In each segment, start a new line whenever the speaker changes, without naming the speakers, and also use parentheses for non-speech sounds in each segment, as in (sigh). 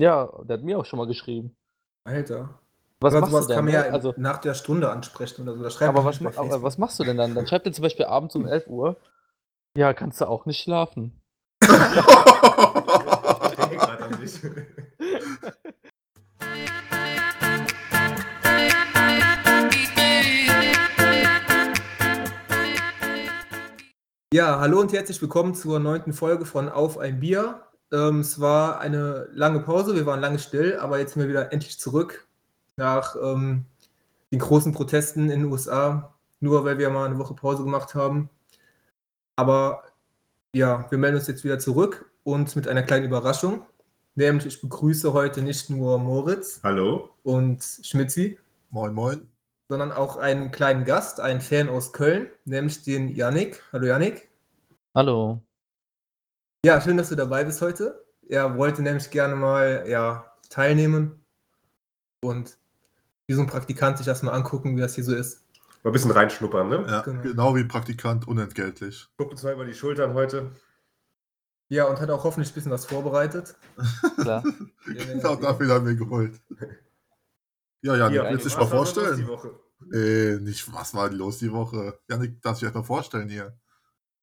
Ja, der hat mir auch schon mal geschrieben.
Alter.
Was
Aber
machst
sowas
du
kann
denn?
man ja
Ne? Also,
nach der Stunde ansprechen oder so. Da schreibt
aber
man
was,
nicht bei
ma- aber
Facebook.
was machst du denn dann? Dann schreibt er zum Beispiel abends um 11 Uhr. Ja, kannst du auch nicht schlafen.
Ich denke gerade an dich.
(laughs) Ja, hallo und herzlich willkommen zur neunten Folge von Auf ein Bier. Ähm, es war eine lange Pause, wir waren lange still, aber jetzt sind wir wieder endlich zurück nach ähm, den großen Protesten in den USA, nur weil wir mal eine Woche Pause gemacht haben. Aber ja, wir melden uns jetzt wieder zurück und mit einer kleinen Überraschung. Nämlich, ich begrüße heute nicht nur Moritz
Hallo?
und Schmitzi,
Moin, moin.
sondern auch einen kleinen Gast, einen Fan aus Köln, nämlich den Yannick. Hallo Yannick.
Hallo.
Ja, schön, dass du dabei bist heute. Er wollte nämlich gerne mal ja, teilnehmen und wie so ein Praktikant sich das mal angucken, wie das hier so ist.
Mal ein bisschen reinschnuppern, ne?
Ja,
Genau.
genau. wie ein
(laughs)
Praktikant, unentgeltlich.
Guckt uns mal über die Schultern heute.
Ja, und hat auch hoffentlich ein bisschen was vorbereitet. (laughs)
Klar.
(laughs) genau dafür haben
(laughs)
wir geholt. Ja, Janik,
Hier,
willst du dich mal
was war sonst die
vorstellen?
Woche?
Nee, nicht, was war denn los die Woche? Janik, darfst du dich erstmal vorstellen hier?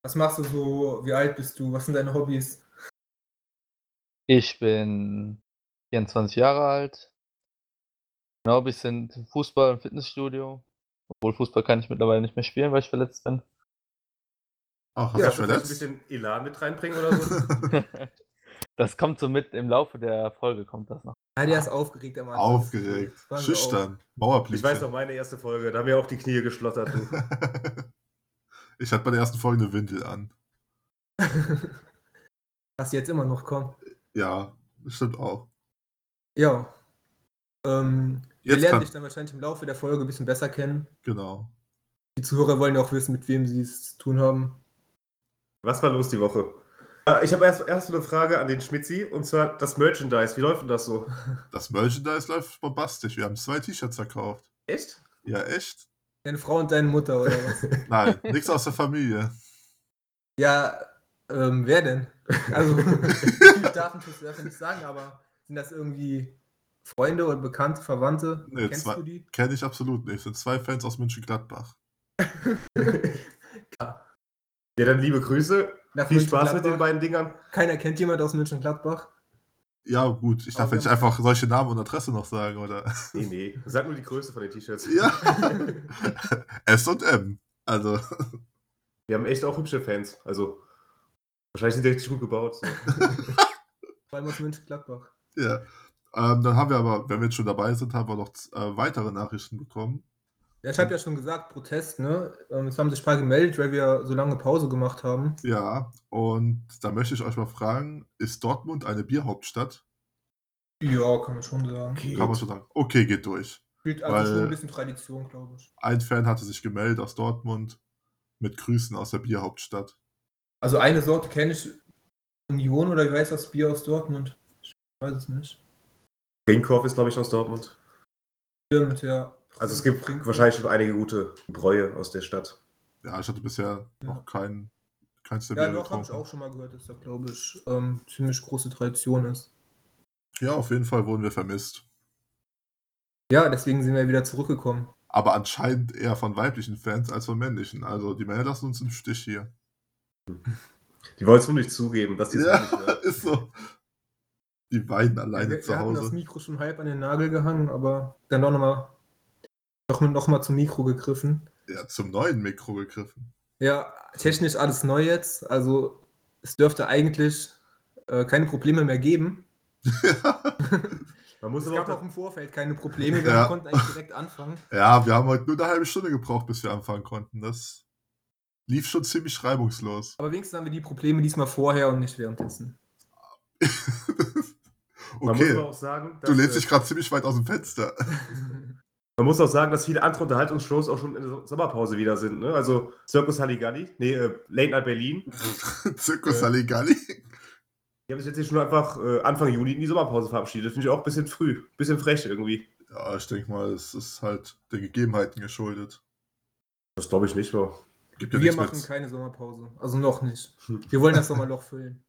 Was machst du so? Wie alt bist du? Was sind deine Hobbys?
Ich bin 24 Jahre alt. Meine Hobbys sind Fußball und Fitnessstudio. Obwohl Fußball kann ich mittlerweile nicht mehr spielen, weil ich verletzt
(laughs)
bin.
Ach, Ah, hast
Ja,
du
kannst
dich
du vielleicht ein
verletzt?
bisschen Elan mit reinbringen oder so?
(laughs)
Das kommt so mit im Laufe der Folge, kommt das noch.
Ah, der ist aufgeregt am Anfang.
Aufgeregt.
Waren
(laughs)
wir
Schüchtern.
Ich weiß noch,
Mauerblick.
meine erste Folge, da haben wir auch die Knie geschlottert. du.
(laughs) ich hatte bei der ersten Folge eine Windel an.
auch. (laughs) Hast du jetzt immer noch, komm.
Ja, stimmt auch.
Ja. Ähm, wir
Jetzt
lernen
kann.
dich dann wahrscheinlich im Laufe der Folge ein bisschen besser kennen.
Genau.
Die Zuhörer wollen ja auch wissen, mit wem sie es zu tun haben.
Was war los die Woche? Äh, Ich habe erst, erst eine Frage an den Schmitzi und zwar das Merchandise. Wie läuft denn das so?
Das Merchandise läuft bombastisch. Wir haben zwei T-Shirts verkauft.
Echt?
Ja, echt?
Deine Frau und deine Mutter oder
(laughs)
was?
(laughs)
Nein, nichts aus der Familie.
ja, ähm, wer
(laughs)
denn? Also, (laughs) ich darf natürlich darf ich nicht sagen, aber sind das irgendwie Freunde oder Bekannte, Verwandte?
Nee,
Kennst
zwei-
du die?
Kenne ich absolut nicht. Sind zwei Fans aus München-Gladbach.
(laughs) Ja, dann liebe Grüße.
Nach
Viel Spaß mit den
Mönchengladbach?
beiden Dingern.
Keiner kennt jemand aus München-Gladbach. (laughs)
Ja, gut, ich darf
Aber
jetzt
wir haben-
einfach solche Namen und Adresse noch
(laughs)
sagen, oder?
(laughs) Nee, nee. Sag nur die Größe von den T-Shirts.
Ja. (laughs) S und M. Also, (laughs)
Wir haben echt auch hübsche Fans. Also, wahrscheinlich sind die richtig gut gebaut. So.
Vor allem aus München-Gladbach.
ja. Ähm, dann haben wir aber, wenn wir jetzt schon dabei sind, haben wir noch äh, weitere Nachrichten bekommen.
Ja, ich habe ja schon gesagt, Protest, ne? Ähm, es haben sich ein paar gemeldet, weil wir so lange Pause gemacht haben.
Ja, und da möchte ich euch mal fragen, ist Dortmund eine Bierhauptstadt?
Ja, kann man schon sagen.
Kann man so sagen. Okay, geht durch.
Spielt also
Weil-
schon ein bisschen Tradition, glaube ich.
Ein Fan hatte sich gemeldet aus Dortmund mit Grüßen aus der Bierhauptstadt.
Also eine Sorte kenne ich, Union oder wie heißt das Bier aus Dortmund? Ich weiß es nicht.
Ringkorf ist, glaube ich, aus Dortmund.
Stimmt, ja.
Also es gibt
Trinken.
wahrscheinlich schon einige gute Bräue aus der Stadt.
Ja, ich hatte bisher noch kein, keins der
Ja,
Bier
doch, habe ich
getrunken.
auch schon mal gehört, dass da, glaube ich, ähm, ziemlich große Tradition ist.
Ja, auf jeden Fall wurden wir vermisst.
Ja, deswegen sind wir wieder zurückgekommen.
Aber anscheinend eher von weiblichen Fans als von männlichen. Also die Männer lassen uns im Stich hier. (laughs)
Die wollen es nur nicht zugeben, dass die es
Ja,
nicht hören.
ist so. Die beiden alleine
wir
zu
wir hatten das
Hause.
Mikro schon halb an den Nagel gehangen, aber dann doch nochmal doch noch mal zum Mikro gegriffen.
Ja, zum neuen Mikro gegriffen.
Ja, technisch alles neu jetzt. Also es dürfte eigentlich äh, keine Probleme mehr geben.
Man muss
Es
aber
gab
auch
auch im Vorfeld keine Probleme, wir
Ja.
konnten eigentlich direkt anfangen.
ja, wir haben heute nur eine halbe Stunde gebraucht, bis wir anfangen konnten. Das lief schon ziemlich reibungslos. (laughs)
Aber wenigstens haben wir die Probleme diesmal vorher und nicht währenddessen.
Man muss
okay,
aber auch sagen, dass,
du lehnst
äh,
dich gerade ziemlich weit aus dem Fenster. (laughs)
man muss auch sagen, dass viele andere Unterhaltungsshows auch schon in der Sommerpause wieder sind. Ne? Also Circus Halligalli, nee, äh, Late Night Berlin.
Zirkus
Äh.
Halligalli.
Die haben sich jetzt hier schon einfach äh, Anfang Juni in die Sommerpause verabschiedet. Finde ich auch ein bisschen früh, bisschen frech irgendwie.
Ja, ich denke mal, es ist halt den Gegebenheiten geschuldet.
Das glaube ich nicht, war.
Gibt ja
Wir
nichts
machen
mit.
keine Sommerpause. Also noch nicht. Wir wollen das Sommerloch füllen.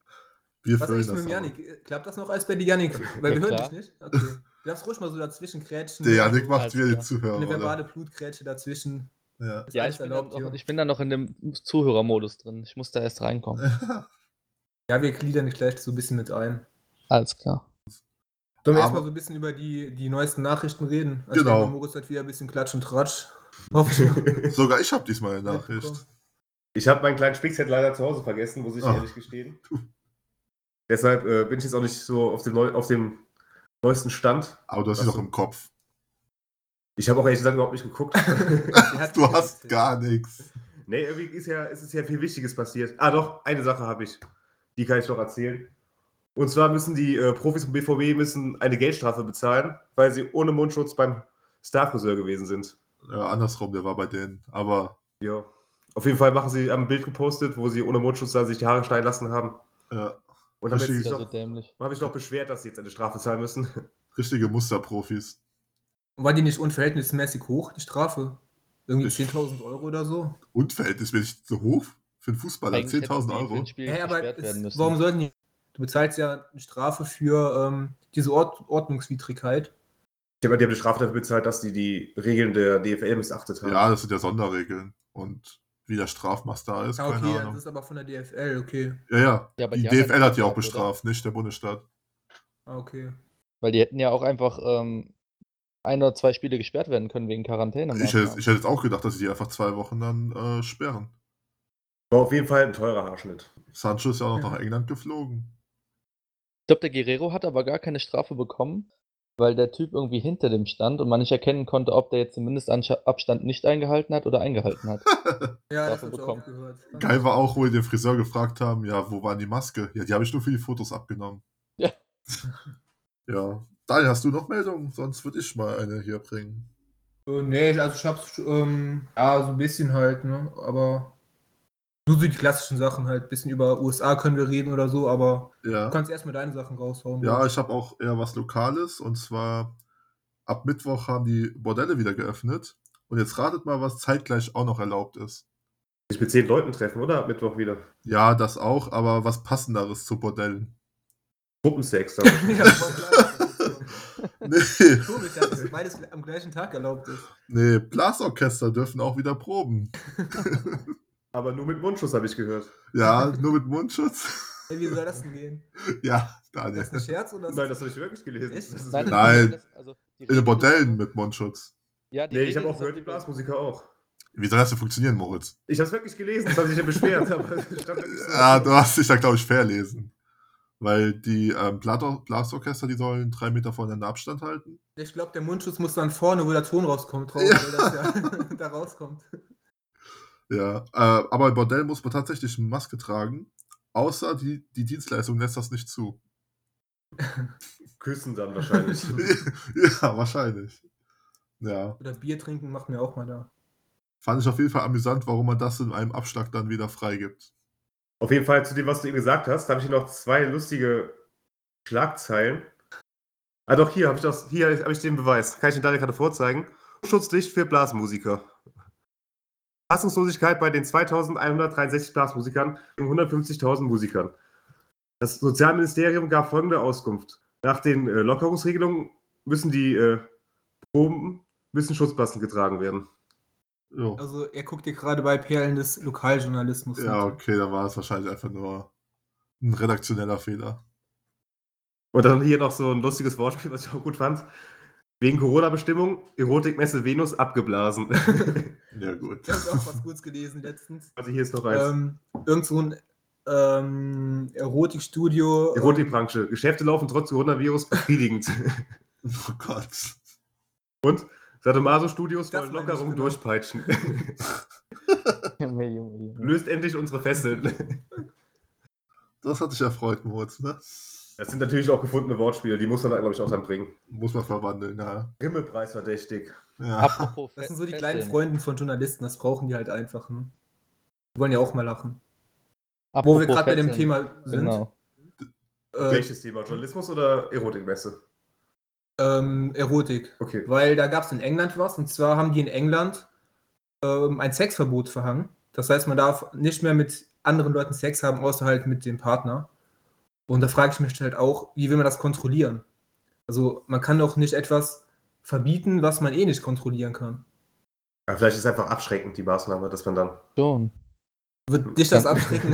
Wir
Was
füllen
ist
das.
mit dem
aber.
Janik? Klappt das noch als bei der Janik? Weil
Ja,
wir hören
klar.
dich nicht. Okay. Du darfst ruhig mal so dazwischen krätschen.
Der Janik
So
macht
Alles
wieder die
klar.
Zuhörer.
Eine
oder?
verbale Blutgrätsche dazwischen.
Ja.
Ist
Ja,
alles
ich bin, dann
erlaubt
noch,
hier.
ich bin da noch in dem Zuhörermodus drin. Ich muss da erst
Äh.
reinkommen.
(laughs)
Ja, wir gliedern dich gleich so ein bisschen mit ein.
Alles klar.
Sollen wir
Aber-
erstmal so ein bisschen über die, die neuesten Nachrichten reden? Also
Genau.
der Moritz hat wieder ein bisschen Klatsch und Tratsch. (laughs) Hoffe
(laughs)
ich.
Sogar ich habe diesmal eine Nachricht.
Mitbekommen.
Ich habe meinen kleinen Spickzettel leider zu Hause vergessen, muss ich
Ah.
ehrlich gestehen. Deshalb äh, bin ich jetzt auch nicht so auf dem, neu auf dem neuesten Stand.
Aber du hast sie
Ach
doch
so.
im Kopf.
Ich habe auch ehrlich gesagt überhaupt nicht geguckt. (laughs)
Der hat
Du
wieder
hast
erzählt.
gar nichts.
nee, irgendwie ist ja, es ist ja viel Wichtiges passiert. Ah doch, eine Sache habe ich. Die kann ich noch erzählen. Und zwar müssen die äh, Profis vom BVB müssen eine Geldstrafe bezahlen, weil sie ohne Mundschutz beim Starfriseur gewesen sind.
Ja, andersrum, der war bei denen. Aber
Ja. Auf jeden Fall machen sie haben ein Bild gepostet, wo sie ohne Mundschutz da sich die Haare schneiden lassen haben.
ja,
Und dann
Verstehe
habe
Ist
ich,
ich Also Ist
ja so
noch-
dämlich.
hab ich noch beschwert, dass sie jetzt eine Strafe zahlen müssen. (laughs)
richtige Musterprofis.
War die nicht unverhältnismäßig hoch, die Strafe? Irgendwie
Ich-
10.000 Euro oder so?
Unverhältnismäßig so hoch für einen Fußballer.
Eigentlich hätten
10.000
die für
Euro.
ein Spiel
Hey, aber
gesperrt werden
es,
müssen.
warum sollten die? Du bezahlst ja eine Strafe für ähm, diese Ord Ordnungswidrigkeit.
Ich habe die haben eine Strafe dafür bezahlt, dass die die Regeln der DFL missachtet haben.
Ja, das sind ja Sonderregeln. Und wie der Strafmaß da ist,
Ah,
keine
okay, das
Ahnung.
ist aber von der DFL, okay.
Ja, ja.
Ja, aber
die
die haben ja
DFL hat ja auch
bestraft, oder?
bestraft, nicht der Bundesstaat.
Ah, okay.
Weil die hätten ja auch einfach ähm, ein oder zwei Spiele gesperrt werden können wegen Quarantäne.
Ich hätte, ich hätte jetzt auch gedacht, dass sie die einfach zwei Wochen dann äh, sperren.
War auf jeden Fall ein teurer Haarschnitt.
Sancho ist ja auch noch
Ja.
nach England geflogen. (laughs)
Ich glaube, der Guerrero hat aber gar keine Strafe bekommen, weil der Typ irgendwie hinter dem stand und man nicht erkennen konnte, ob der jetzt den Mindestabstand nicht eingehalten hat oder eingehalten
(laughs)
hat.
Ja, das
Strafe
hab ich
bekommen.
auch gehört.
Geil war auch, wo wir den Friseur gefragt haben, ja, wo war die Maske? Ja, die habe ich nur für die Fotos abgenommen.
Ja.
(laughs) ja. Daniel, hast du noch Meldungen? Sonst würde ich mal eine hier bringen.
Äh, nee, also ich hab's, ähm, ja, so ein bisschen halt, ne, aber nur so die klassischen Sachen halt. bisschen über USA können wir reden oder so, aber
Ja.
du kannst erstmal deine Sachen raushauen.
Ja,
so.
ich habe auch eher was Lokales und zwar ab Mittwoch haben die Bordelle wieder geöffnet. Und jetzt ratet mal, was zeitgleich auch noch erlaubt ist.
Sich mit zehn Leuten treffen, oder? Ab Mittwoch wieder.
Ja, das auch, aber was passenderes
(laughs)
zu Bordellen.
Gruppensex. dann.
(laughs) ja, das war klar, dass das jetzt kommt.
Nee,
Komisch, dass das beides am gleichen Tag erlaubt ist.
nee, Blasorchester dürfen auch wieder proben.
Aber nur mit Mundschutz habe ich gehört.
Ja, nur mit Mundschutz. (laughs)
Ey, wie soll das denn gehen?
Ja,
Ist
Daniel.
das ein Scherz oder ist
Nein, das habe ich wirklich gelesen.
Echt?
Das ist
Nein,
wirklich-
Nein.
das- also die
In den
Regel-
Bordellen mit Mundschutz.
Ja, die
Nee, ich
Regel
habe auch
ist auf
gehört, die
jeden Fall-
Blasmusiker auch.
Wie soll das denn funktionieren, Moritz?
Ich habe es wirklich gelesen, das habe ich ja beschwert. aber es stand wirklich so.
(laughs) Ah, du hast dich da, glaube ich, verlesen. Weil die ähm, Blator- Blasorchester, die sollen drei Meter voneinander Abstand halten.
Ich glaube, der Mundschutz muss dann vorne, wo der Ton rauskommt, drauf,
Ja.
weil das ja (laughs) da rauskommt.
Ja, äh, aber im Bordell muss man tatsächlich eine Maske tragen. Außer die, die Dienstleistung lässt das nicht zu. (laughs)
Küssen dann wahrscheinlich.
(laughs) ja, wahrscheinlich. Ja,
Oder Bier trinken macht mir auch mal da.
fand ich auf jeden Fall amüsant, warum man das in einem Abschlag dann wieder freigibt.
Auf jeden Fall zu dem, was du eben gesagt hast, habe ich hier noch zwei lustige Schlagzeilen. Ah doch, hier habe ich, das- hier hab ich den Beweis. Kann ich den Daniel gerade vorzeigen? Schutzlicht für Blasmusiker. Fassungslosigkeit bei den 2163 Blasmusikern und 150.000 Musikern. Das Sozialministerium gab folgende Auskunft. Nach den äh, Lockerungsregelungen müssen die äh, Proben, müssen Schutzmasken getragen werden.
Jo.
Also, er guckt dir gerade bei Perlen des Lokaljournalismus.
Ja,
mit.
okay, dann war es wahrscheinlich einfach nur ein redaktioneller Fehler.
Und dann hier noch so ein lustiges Wortspiel, was ich auch gut fand. Wegen Corona-Bestimmung, Erotikmesse Venus abgeblasen. (laughs)
Ja, gut.
Ich habe auch was Gutes gelesen letztens.
also hier ist noch eins.
Ähm, irgend so ein ähm, Erotikstudio.
Erotikbranche. Geschäfte laufen trotz
(laughs)
Coronavirus befriedigend.
(laughs) Oh Gott.
Und Sadomaso-Studios
Das
wollen
meine ich
Lockerung
genau.
durchpeitschen. (laughs)
Junge, Junge, Junge.
Löst endlich unsere Fesseln.
Das hat dich erfreut, Moritz, ne?
Das sind natürlich auch gefundene Wortspiele, die muss man da, glaube ich, auch dann bringen.
Muss man verwandeln, ja.
Himmelpreis verdächtig.
(laughs)
ja.
Apropos
Das sind
Fe-
so die kleinen
Fesseln.
Freunde von Journalisten, das brauchen die halt einfach. Ne? Die wollen ja auch mal lachen. Wo
Apropos
wir gerade bei dem
Fesseln.
Thema sind.
Genau.
Äh,
Welches Thema? Journalismus oder Erotikmesse?
ähm, Erotik.
Okay.
weil da gab es in England was und zwar haben die in England ähm, ein Sexverbot verhangen. Das heißt, man darf nicht mehr mit anderen Leuten Sex haben, außer halt mit dem Partner. Und da frage ich mich halt auch, wie will man das kontrollieren? Also man kann doch nicht etwas verbieten, was man eh nicht kontrollieren kann.
Ja, vielleicht ist es einfach abschreckend, die Maßnahme, dass
(laughs)
man dann,
Schon. Hm,
Wird dich das
(laughs)
abschrecken?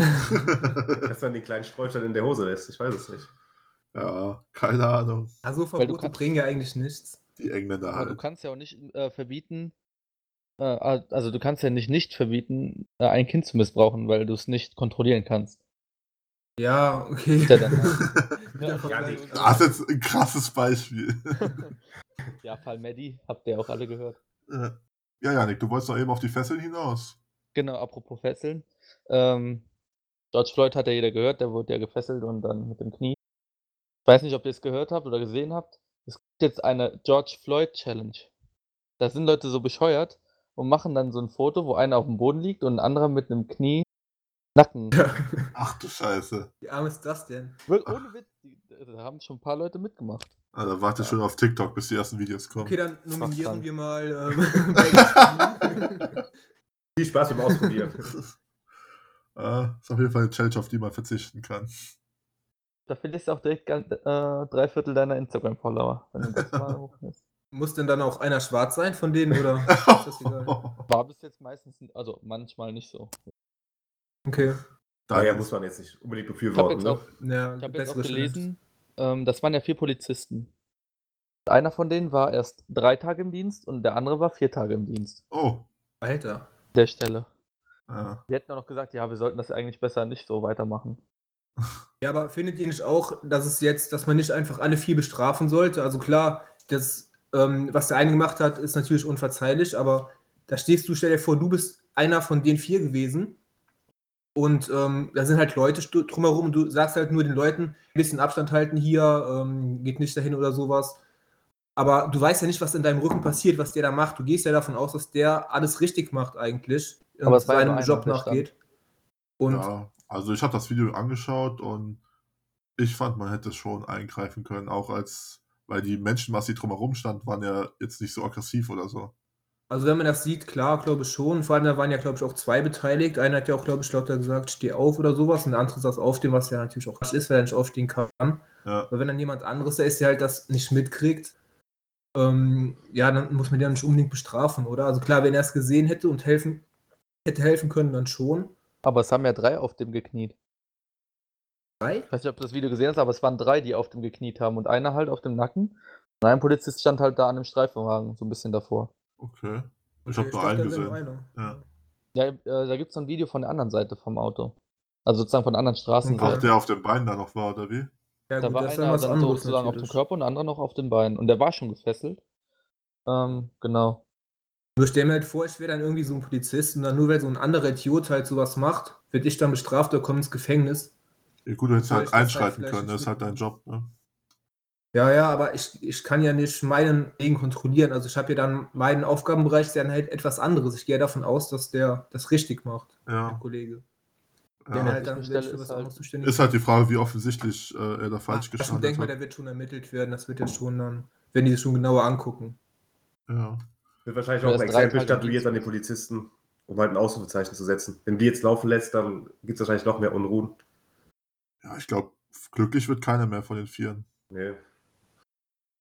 dass man den kleinen Sträuchern in der Hose lässt. Ich weiß es nicht.
(laughs) ja, keine Ahnung.
also
Weil du
Verbote
kannst-
bringen ja eigentlich nichts.
Die Engländer
Aber du
halt.
kannst ja auch nicht äh, verbieten, äh, al- also du kannst ja nicht nicht verbieten, äh, ein Kind zu missbrauchen, weil du es nicht kontrollieren kannst.
Ja, okay.
Ist ja
(laughs)
Ah. dann-
Wieder
Ja,
vorbei.
nee.
Das ist jetzt ein krasses Beispiel. (laughs)
ja, Fall Maddie, habt ihr auch alle gehört.
Äh, ja, Janik, du wolltest doch eben auf die Fesseln hinaus.
Genau, apropos Fesseln. Ähm, George Floyd hat ja jeder gehört, der wurde ja gefesselt und dann mit dem Knie. Ich weiß nicht, ob ihr es gehört habt oder gesehen habt. Es gibt jetzt eine George Floyd Challenge. Da sind Leute so bescheuert und machen dann so ein Foto, wo einer auf dem Boden liegt und ein anderer mit einem Knie Nacken
Ach du Scheiße.
Wie arm ist das denn?
Wir- Ohne Witz, die- da haben schon ein paar Leute mitgemacht.
Also warte schon auf TikTok, bis die ersten Videos kommen.
Okay,
(laughs)
dann
Ach,
nominieren
dann.
wir ähm, mal. Ähm, (laughs) beide
Viel Spaß beim Ausprobieren.
(laughs)
äh, ist auf jeden Fall eine Challenge, auf die man verzichten kann.
Da verlierst du auch direkt gan- äh, drei Viertel deiner Instagram-Follower, wenn du das mal hochnimmst.
Muss denn dann auch einer schwarz sein von denen
(laughs)
oder ist
(laughs)
das egal?
War bis jetzt meistens, n- also manchmal nicht so.
Okay.
Daher
Daher
muss man jetzt nicht unbedingt
Ich habe
befürworten.
jetzt,
Ne?
auch-
Ja,
ich hab jetzt auch
bessere Challenge.
gelesen, ähm, das waren ja vier Polizisten. Einer von denen war erst drei Tage im Dienst und der andere war vier Tage im Dienst.
Oh.
Alter.
An Der Stelle.
Ja.
Die hätten auch noch gesagt, ja, wir sollten das eigentlich besser nicht so weitermachen.
Ja, aber findet ihr nicht auch, dass es jetzt, dass man nicht einfach alle vier bestrafen sollte? Also klar, das, ähm, was der eine gemacht hat, ist natürlich unverzeihlich, aber da stehst du, stell dir vor, du bist einer von den vier gewesen und ähm, da sind halt Leute stu- drumherum und du sagst halt nur den Leuten, ein bisschen Abstand halten hier, ähm, geht nicht dahin oder sowas. Aber du weißt ja nicht, was in deinem Rücken passiert, was der da macht. Du gehst ja davon aus, dass der alles richtig macht eigentlich, ähm,
Aber es war ja
seinem
nur einer,
Job
der stand.
nachgeht. Und
ja. Also ich habe das Video angeschaut und ich fand, man hätte schon eingreifen können, auch als, weil die Menschenmasse, die drumherum stand, waren ja jetzt nicht so aggressiv oder so.
Also wenn man das sieht, klar, glaube ich schon. Vor allem, da waren ja, glaube ich, auch zwei beteiligt. Einer hat ja auch, glaube ich, lauter gesagt, steh auf oder sowas. Und der andere saß auf dem, was ja natürlich auch Quatsch ist, weil er nicht aufstehen kann. Aber
Ja.
wenn dann jemand anderes da ist, der halt das nicht mitkriegt, ähm, ja, dann muss man den ja nicht unbedingt bestrafen, oder? Also klar, wenn er es gesehen hätte und helfen, hätte helfen können, dann schon.
Aber es haben ja drei auf dem gekniet.
Drei?
Ich weiß nicht, ob du das Video gesehen hast, aber es waren drei, die auf dem gekniet haben und einer halt auf dem Nacken. Und ein Polizist stand halt da an einem Streifenwagen, so ein bisschen davor.
Okay. Ich habe nur
dachte,
einen
da wäre nur
gesehen.
einer.
Ja.
Ja, äh, da gibt es noch ein Video von der anderen Seite vom Auto. Also sozusagen von der anderen Straßenseite.
Auch der auf den Beinen da noch war, oder wie?
Ja,
Da
gut,
war
das ist
einer
was
dann so
anderes
sozusagen auf dem
natürlich.
Körper und der andere noch auf den Beinen. Und der war schon gefesselt. Ähm, genau.
Nur stell mir halt vor, ich wäre dann irgendwie so ein Polizist und dann nur, weil so ein anderer Idiot halt sowas macht, wird ich dann bestraft oder komme ins Gefängnis.
Ja, gut, du hättest
Soll ich das
halt
halt
einschreiten
vielleicht
können,
nicht
das ist halt dein
mitmachen?
Job, ne?
Ja, ja, aber ich, ich kann ja nicht meinen Regen kontrollieren. Also ich habe ja dann meinen Aufgabenbereich ist ja dann halt etwas anderes. Ich gehe davon aus, dass der das richtig macht, der
Ja.
Kollege. Der
ja.
halt dann
Stelle
selbst für
ist
was
halt-
anderes zuständig
Ist halt die Frage, wie offensichtlich äh, er da falsch
Ach, Ich
gestanden
denke mal,
hat.
der wird schon ermittelt werden. Das wird ja schon dann, wenn die das schon genauer angucken.
Ja.
Wird wahrscheinlich
Du
auch
hast
ein
drei
Exempel
Tage
statuiert an den Polizisten, um halt ein Ausrufezeichen zu setzen. Wenn du die jetzt laufen lässt, dann gibt es wahrscheinlich noch mehr Unruhen.
ja, ich glaube, glücklich wird keiner mehr von den Vieren.
Nee.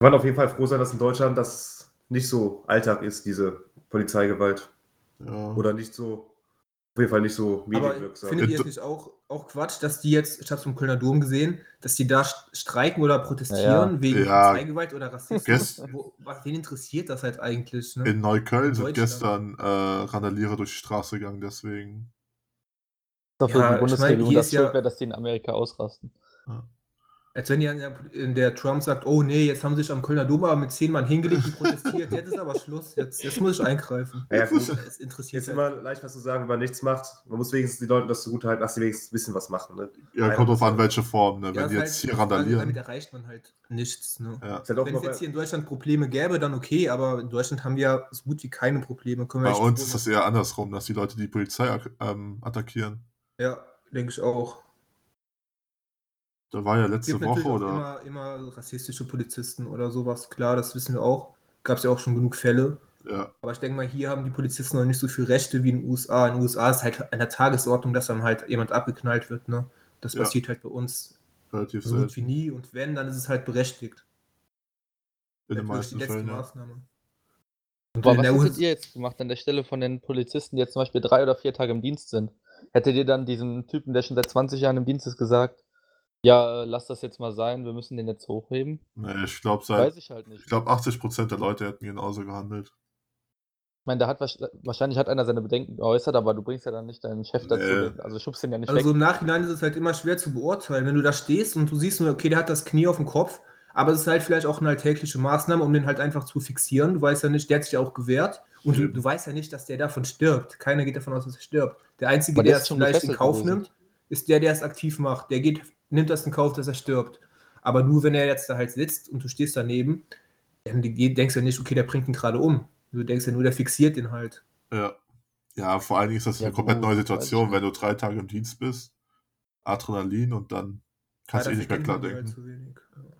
Wir waren auf jeden Fall froh sein, dass in Deutschland das nicht so Alltag ist, diese Polizeigewalt.
Ja.
Oder nicht so, auf jeden Fall nicht so
Mhm. Aber
medienwirksam.
findet ihr
Ja,
es nicht auch, auch Quatsch, dass die jetzt, ich habe es im Kölner Dom gesehen, dass die da st- streiken oder protestieren wegen
Ja.
Polizeigewalt oder Rassismus?
Gest-
Wo, was, wen interessiert das halt eigentlich? Ne?
in Neukölln
In
sind
Deutschland.
gestern äh, Randalierer durch die Straße gegangen, deswegen.
Dafür
Ja,
ja,
ich
die Bundesregierung
meine, hier
das
ist ja-
Schuld wäre, dass die in Amerika ausrasten.
Als wenn ja in der- in der Trump sagt, oh nee, jetzt haben sie sich am Kölner Dom aber mit zehn Mann hingelegt und protestiert, jetzt ist aber Schluss, jetzt, jetzt muss ich eingreifen.
Ja, gut.
Das interessiert
Jetzt
halt.
immer leicht was zu sagen, wenn man nichts macht. Man muss wenigstens die Leute das zugutehalten, dass sie wenigstens ein bisschen was machen. Ne?
Ja,
Ja,
kommt
das-
drauf an, welche Form, ne?
Ja,
Wenn die
ist
jetzt hier
halt- Damit
randalieren.
erreicht man halt nichts. Ne?
Ja.
Ist halt auch
Wenn
mal
es jetzt
bei,
hier in Deutschland Probleme gäbe, dann okay, aber in Deutschland haben wir ja so gut wie keine Probleme. Können wir
Bei
echt
uns
froh
ist das eher andersrum, dass die Leute die Polizei ak- ähm, attackieren.
sein. Ja, denke ich auch.
Da war ja
Es
letzte
gibt natürlich
Woche
auch
oder.
immer, immer rassistische Polizisten oder sowas, klar, das wissen wir auch. Gab es ja auch schon genug Fälle.
Ja,
Aber ich denke mal, hier haben die Polizisten noch nicht so viel Rechte wie in den USA. In den USA ist halt an der Tagesordnung, dass dann halt jemand abgeknallt wird. Ne? Das
Ja.
passiert halt bei uns
relativ
So gut
selten.
wie nie und wenn, dann ist es halt berechtigt.
In
Natürlich
den
die
meisten
letzte
Fällen. ja.
Maßnahme. Und
Aber
in
was
der
hättet
US
ihr jetzt gemacht an der Stelle von den Polizisten, die jetzt zum Beispiel drei oder vier Tage im Dienst sind? Hättet ihr dann diesem Typen, der schon seit 20 Jahren im Dienst ist, gesagt, ja, äh, lass das jetzt mal sein, wir müssen den jetzt hochheben?
Nee, ich glaube,
Weiß
seit
ich halt nicht.
ich glaube 80% der Leute hätten genauso gehandelt.
Ich meine, da hat wahrsch- wahrscheinlich hat einer seine Bedenken geäußert, aber du bringst ja dann nicht deinen Chef dazu,
Nee.
den- also schubst ihn ja nicht
Also
weg.
im Nachhinein ist es halt immer schwer zu beurteilen, wenn du da stehst und du siehst nur, okay, der hat das Knie auf dem Kopf, aber es ist halt vielleicht auch eine alltägliche Maßnahme, um den halt einfach zu fixieren. Du weißt ja nicht, der hat sich ja auch gewehrt und du,
Eben.
du weißt ja nicht, dass der davon stirbt. Keiner geht davon aus, dass er stirbt. Der Einzige,
Aber der
der
ist
es
schon
vielleicht in
gefesselt
Kauf
gewesen.
nimmt, ist der, der es aktiv macht. Der geht, nimmt das in Kauf, dass er stirbt. Aber nur, wenn er jetzt da halt sitzt und du stehst daneben, dann die- denkst du ja nicht, okay, der bringt ihn gerade um. Du denkst ja nur, der fixiert ihn halt.
Ja. Ja, vor allen Dingen ist das
Ja,
eine komplett
gut,
neue
weiß
Situation,
ich
wenn du drei Tage im Dienst bist, Adrenalin und dann kannst du
Ja, das
eh nicht mehr
erkennt
klar
man halt
denken.
zu wenig. Ja.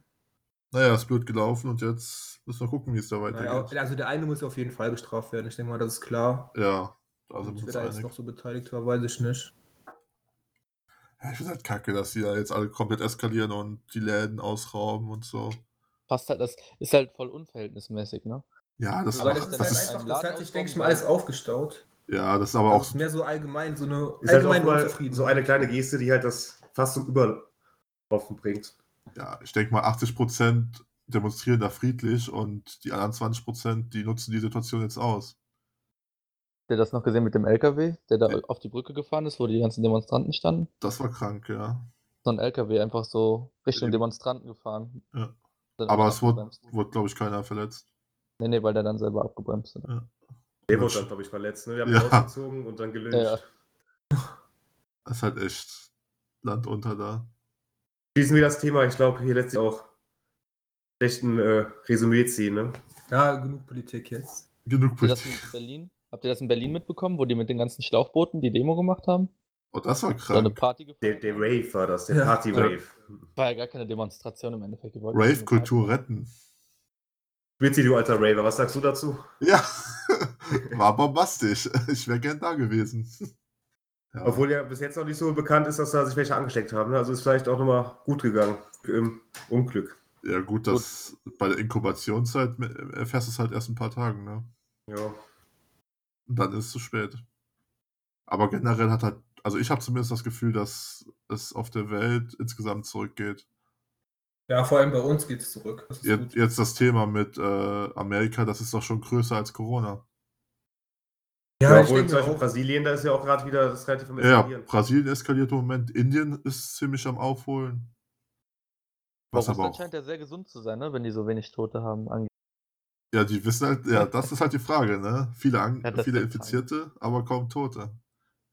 Naja, ist blöd gelaufen und jetzt müssen wir gucken, wie es da
Naja,
weitergeht.
also der eine muss auf jeden Fall bestraft werden. Ich denke mal, das ist klar.
Ja, da sind
Und
wir
wer
uns
da jetzt
einig.
noch so beteiligt war, weiß ich nicht.
Ja, ich finde halt kacke, dass die da jetzt alle komplett eskalieren und die Läden ausrauben und so.
Passt halt, das ist halt voll unverhältnismäßig, ne?
Ja, das,
Aber
macht,
das ist
das
halt
ist,
einfach- Also
das hat sich, denke ich mal, alles aufgestaut.
ja, das ist aber
Aber
auch,
es ist mehr so allgemein, so eine
Ist halt auch
allgemeine
mal so
Unzufriedenheit.
eine kleine Geste, die halt das fast zum Überlaufen bringt.
ja, ich denke mal, 80% demonstrieren da friedlich und die anderen 20%, die nutzen die Situation jetzt aus.
Habt ihr das noch gesehen mit dem LKW, der da
Ja.
auf die Brücke gefahren ist, wo die ganzen Demonstranten standen?
Das war krank, ja.
So ein LKW einfach so Richtung
Eben.
Demonstranten gefahren.
Äh, Ja.
Dann
Aber es wurde,
abgebremst.
wurde glaube ich, keiner verletzt.
Nee, nee, weil der dann selber abgebremst ist.
Der wurde dann, glaube ich, verletzt. Ne? Wir haben
Ja.
ihn rausgezogen und dann gelöst.
Ja.
Das ist halt echt Land unter da.
Schließen wir das Thema. Ich glaube, hier lässt sich auch schlecht ein äh, Resümee ziehen. Ne?
Ja, genug Politik jetzt.
Genug
Habt ihr das
Politik.
in Berlin? Habt ihr das in Berlin mitbekommen, wo die mit den ganzen Schlauchbooten die Demo gemacht haben?
Oh, das war
Da eine
krank.
Party
Der,
gefeiert
der
haben?
Rave war das, der
Ja.
Party-Rave.
War ja gar keine Demonstration im Endeffekt. die wollten nur eine
Rave-Kultur retten.
Spitzi, du alter Raver, was sagst du dazu?
Ja, (laughs) war bombastisch. Ich wäre gern da gewesen. Ja,
Obwohl ja bis jetzt noch nicht so bekannt ist, dass da sich welche angesteckt haben. Ne? Also ist vielleicht auch nochmal gut gegangen im Unglück.
ja gut, das bei der Inkubationszeit äh, erfährst du es halt erst in ein paar Tagen, ne?
Ja.
Und dann ist es zu spät. Aber generell hat halt, also ich habe zumindest das Gefühl, dass es auf der Welt insgesamt zurückgeht.
Ja, vor allem bei uns geht es zurück. Das ist
Jetzt,
gut.
jetzt das Thema mit äh, Amerika, das ist doch schon größer als Corona.
Ja,
ja, ich
obwohl
denke
zum Beispiel
auch.
Brasilien, da ist ja auch gerade wieder das relativ am
Ja,
Eskalieren.
Brasilien eskaliert im Moment. Indien ist ziemlich am Aufholen.
Aber
Was aber
Russland
auch.
scheint ja sehr gesund zu sein, ne? wenn die so wenig Tote haben. angeblich.
Ja, die wissen halt, ja, das ist halt die Frage, ne? Viele, An
Ja, das
viele
ist die Frage.
Infizierte, aber kaum Tote.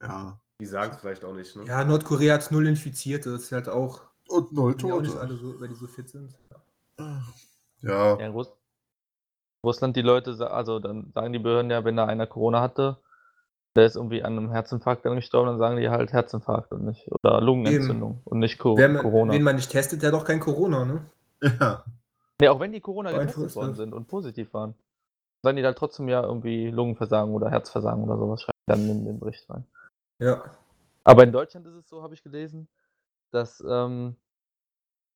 Ja.
Die sagen es vielleicht auch nicht. Ne?
Ja, Nordkorea hat null Infizierte. Das ist halt auch.
Und null
sind ja auch nicht alle
Tote.
so, weil die so fit sind.
Ja,
Ja, in Russ Russland, die Leute, sa- also dann sagen die Behörden ja, wenn da einer Corona hatte, der ist irgendwie an einem Herzinfarkt dann gestorben, dann sagen die halt Herzinfarkt und nicht, oder Lungenentzündung und nicht Co
Wer, man-
Oh, Corona.
wen man nicht testet, der hat auch kein Corona, ne?
(laughs) ja.
Nee, auch wenn die Corona
Bei
getestet
Russland.
worden sind und positiv waren, sagen die da trotzdem ja irgendwie Lungenversagen oder Herzversagen oder sowas, schreiben die dann in den Bericht rein.
Ja.
Aber in Deutschland ist es so, habe ich gelesen, dass ähm,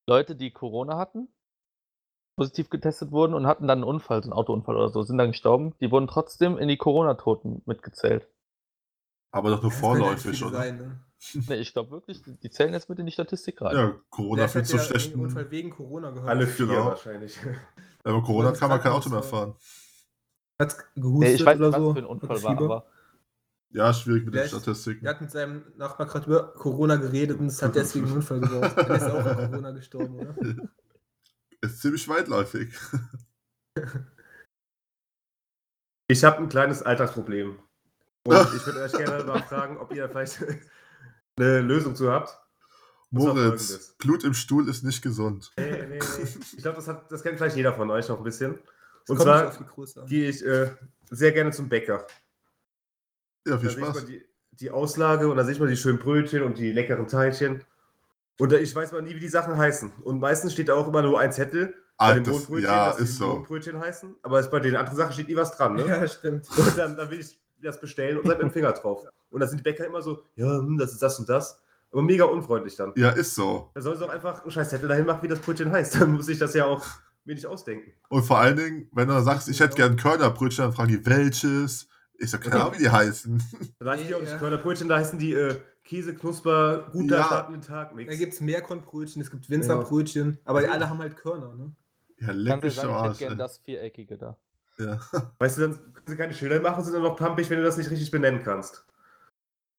Leute, die Corona hatten, positiv getestet wurden und hatten dann einen Unfall, so einen Autounfall oder so, sind dann gestorben, die wurden trotzdem in die Corona-Toten mitgezählt.
aber doch nur
Das könnte halt
vorläufig,
viel
oder?
sein, ne?
Nee, ich glaube wirklich, die, die zählen jetzt mit in die Statistik rein.
Ja, Corona
Vielleicht
führt
hat
zum
der den
schlechten.
Unfall wegen Corona gehabt.
Alle vier
Genau.
wahrscheinlich.
Wenn man Corona hat, kann man kein Auto mehr
Krankenhaus war.
fahren.
Hat
Nee,
gehustet
ich weiß
oder
nicht, was
so.
für ein Unfall
hatte
war,
Fieber.
aber
Ja, schwierig mit den
Vielleicht-
Statistiken.
Er hat mit seinem Nachbar gerade über Corona geredet und es hat deswegen einen Unfall gebraucht. Er ist auch an Corona gestorben, oder?
Ist ziemlich weitläufig.
Ich habe ein kleines Alltagsproblem. Und ich würde euch gerne mal fragen, ob ihr vielleicht (laughs) eine Lösung zu habt. Und zwar folgendes.
Moritz, Blut im Stuhl ist nicht gesund.
Nee, nee, nee. Ich glaube, das, hat- das kennt vielleicht jeder von euch noch ein bisschen.
Es
Und
kommt nicht
zwar
auf die Größe an.
gehe ich äh, sehr gerne zum Bäcker. Da
Ja, viel
sehe ich mal
Spaß.
die, die Auslage und da sehe ich mal die schönen Brötchen und die leckeren Teilchen. Und da, ich weiß mal nie, wie die Sachen heißen. Und meistens steht da auch immer nur ein Zettel bei den
Altes,
Mohnbrötchen,
ja,
dass die
ist so.
Mohnbrötchen heißen. Aber es- bei den anderen Sachen steht nie was dran. Ne?
Ja, stimmt.
Und dann, dann will ich das bestellen und dann mit dem Finger drauf. Und da sind die Bäcker immer so, ja, hm, das ist das und das. Aber mega unfreundlich dann.
Ja, ist so.
Da soll sie doch einfach einen scheiß Zettel dahin machen, wie das Brötchen heißt. Dann muss ich das ja auch mir nicht ausdenken.
Und vor allen Dingen, wenn du dann sagst, ich hätte gern Körnerbrötchen, dann fragen die, welches? Ich sag, keine Ahnung, wie die heißen.
Da sage ich
Nee,
auch nicht
ja.
Körnerbrötchen, da heißen die äh, Käse, Knusper, guter
Ja.
Start in den Tag,
Da
nix.
gibt es Meerkornbrötchen, es gibt Winzerbrötchen, aber die alle haben halt Körner. Ne?
Ja, leck
Kannst du
mich
sagen, ich
doch
hätte
Arsch.
gern
ey.
das Viereckige da.
Ja.
Weißt du, dann können sie keine Schilder machen, sind dann noch pampig, wenn du das nicht richtig benennen kannst.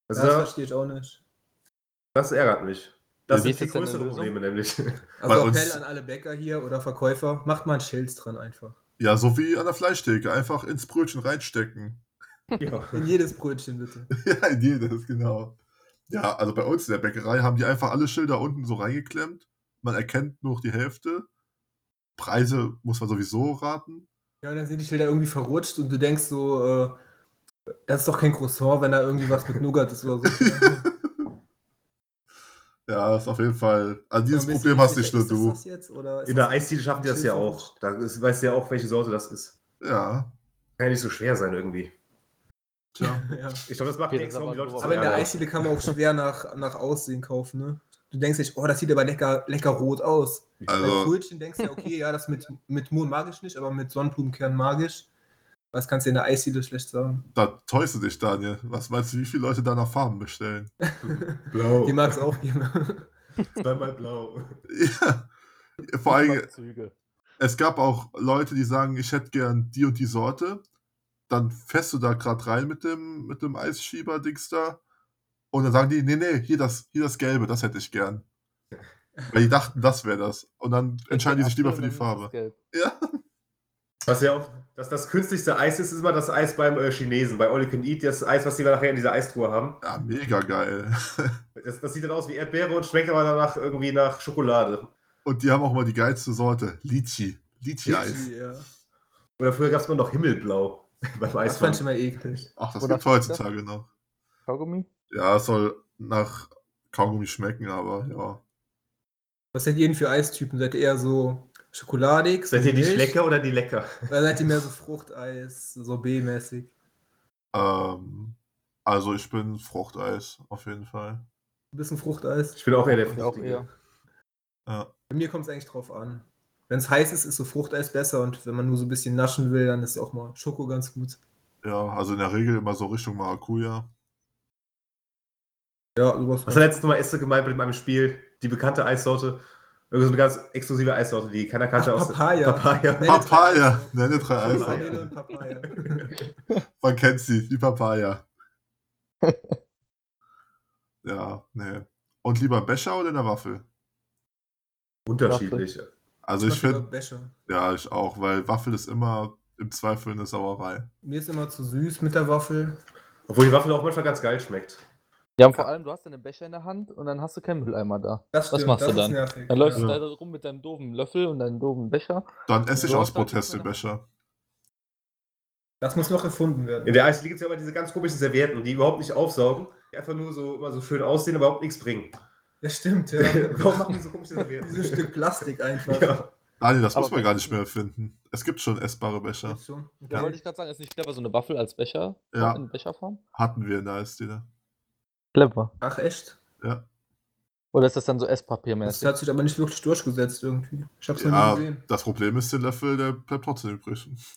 Das
Also, das,
verstehe ich auch nicht.
das ärgert mich.
Wie
Das
ist
sind die
jetzt denn eine
größeren
Lösung?
(laughs)
Probleme nämlich.
Also
Bei uns-
Appell an alle Bäcker hier oder Verkäufer, macht mal ein Schild dran einfach.
ja, so wie an der Fleischtheke. Einfach ins Brötchen reinstecken.
ja.
In jedes Brötchen bitte.
(laughs) ja, in jedes, genau. Ja, also bei uns in der Bäckerei haben die einfach alle Schilder unten so reingeklemmt. Man erkennt nur noch die Hälfte. Preise muss man sowieso raten.
Ja, und dann sind die Schilder irgendwie verrutscht und du denkst so, äh, das ist doch kein Croissant, wenn da irgendwie was mit Nougat ist oder so.
Ja, ist auf jeden Fall. Also dieses
Dann bist
Problem hast
dir
nicht nur
sicher, ist
du.
Das das jetzt, oder ist
In der
das-
Eisdiele schaffen die das ja auch. Da ist, weißt du ja auch, welche Sorte das ist.
Ja,
Kann ja nicht so schwer sein irgendwie.
tja.
ja.
Ich glaube, das macht
Okay,
nichts,
das ist
warum die
aber
Leute
nur-
Aber in der
Ja.
Eisdiele kann man auch schwer nach, nach Aussehen kaufen. Ne? Du denkst dich, oh, das sieht aber lecker, lecker rot aus. Bei
Also,
Brötchen denkst du, ja, okay, ja, das mit, mit Mohn magisch nicht, aber mit Sonnenblumenkern magisch. Was kannst du in der Eisdiele schlecht sagen?
da täuscht du dich, Daniel. Was meinst du, wie viele Leute da nach Farben bestellen? (laughs)
Blau.
Die mag es auch geben.
Zweimal blau.
Ja. Vor allem,
Züge.
es gab auch Leute, die sagen, ich hätte gern die und die Sorte. Dann fährst du da gerade rein mit dem, mit dem Eisschieber-Dings da. Und dann sagen die, nee, nee, hier das, hier das Gelbe, das hätte ich gern. Weil die dachten, das wäre das. Und dann entscheiden die sich lieber für die Farbe. Ja.
Was ja auch, dass das künstlichste Eis ist, ist immer das Eis beim äh, Chinesen, bei All You Can Eat, das Eis, was die dann nachher in dieser Eistruhe haben.
ja, mega geil.
Das, das sieht dann aus wie Erdbeere und schmeckt aber danach irgendwie nach Schokolade.
Und die haben auch mal die geilste Sorte, Litchi. Litchi-Eis.
ja.
Oder früher gab es mal noch Himmelblau (laughs) beim
Das fand ich
Eismann.
immer eklig.
Ach, das
Oder
gibt's heutzutage noch.
Kaugummi?
Ja, es soll nach Kaugummi schmecken, aber ja.
Was seid ihr denn für Eistypen? Seid ihr eher so schokoladig? so
Seid ihr die
Milch?
Schlecker oder die Lecker?
Oder seid ihr mehr so Fruchteis, so B-mäßig?
Ähm, also ich bin Fruchteis, auf jeden Fall.
Ein bisschen Fruchteis?
Ich bin auch eher der
Ja, auch eher.
Fruchtige.
Ja.
Bei mir kommt es eigentlich drauf an. Wenn es heiß ist, ist so Fruchteis besser und wenn man nur so ein bisschen naschen will, dann ist auch mal Schoko ganz gut.
ja, also in der Regel immer so Richtung Maracuja.
Ja, sowas. halt.
Was letztes Mal ist so gemeint mit meinem Spiel, die bekannte Eissorte, irgendwie so eine ganz exklusive Eissorte, die keiner kannte
Ach,
aus
Papaya.
Papaya.
Nee. Nenne drei
Papaya!
Eis.
Nenne drei Eis.
Papaya.
Vanille und Papaya.
Man kennt sie, die Papaya. ja, nee. Und lieber im Becher oder in der Waffel?
Unterschiedlich.
Also ich
mach lieber
finde,
Becher.
ja, ich auch, weil Waffel ist immer im Zweifel eine Sauerei.
Mir ist immer zu süß mit der Waffel.
Obwohl die Waffel auch manchmal ganz geil schmeckt.
Ja, und vor allem, du hast dann den Becher in der Hand und dann hast du keinen Mülleimer da.
Das
Was
stimmt,
machst
das
du dann?
Ist nervig.
Dann läufst
ja.
du leider rum mit deinem doofen Löffel und deinem doofen Becher.
Dann esse ich
Ja,
aus
dann-
Protest den Becher.
Das muss noch erfunden werden.
In der Eisdiele gibt es ja immer diese ganz komischen Servietten, die überhaupt nicht aufsaugen, die einfach nur so immer so schön aussehen, aber überhaupt nichts bringen.
Das stimmt,
(laughs)
ja.
Warum machen die so komische
Dieses
Servietten?
Stück Plastik einfach.
ja.
Daniel, das
Aber
muss man gar nicht mehr erfinden. Es gibt schon essbare Becher.
Jetzt schon.
Da
Okay.
wollte ich gerade sagen, ist nicht clever, so eine Waffel als Becher
Ja.
in Becherform?
Hatten wir in der Eisdiele.
Clever.
Ach echt?
Oder ist das dann so
Das
Esspapiermäßig?
hat sich aber nicht wirklich durchgesetzt irgendwie. Ich hab's noch
Ja,
nie gesehen.
das Problem ist, den Löffel, der bleibt trotzdem übrig.
Ich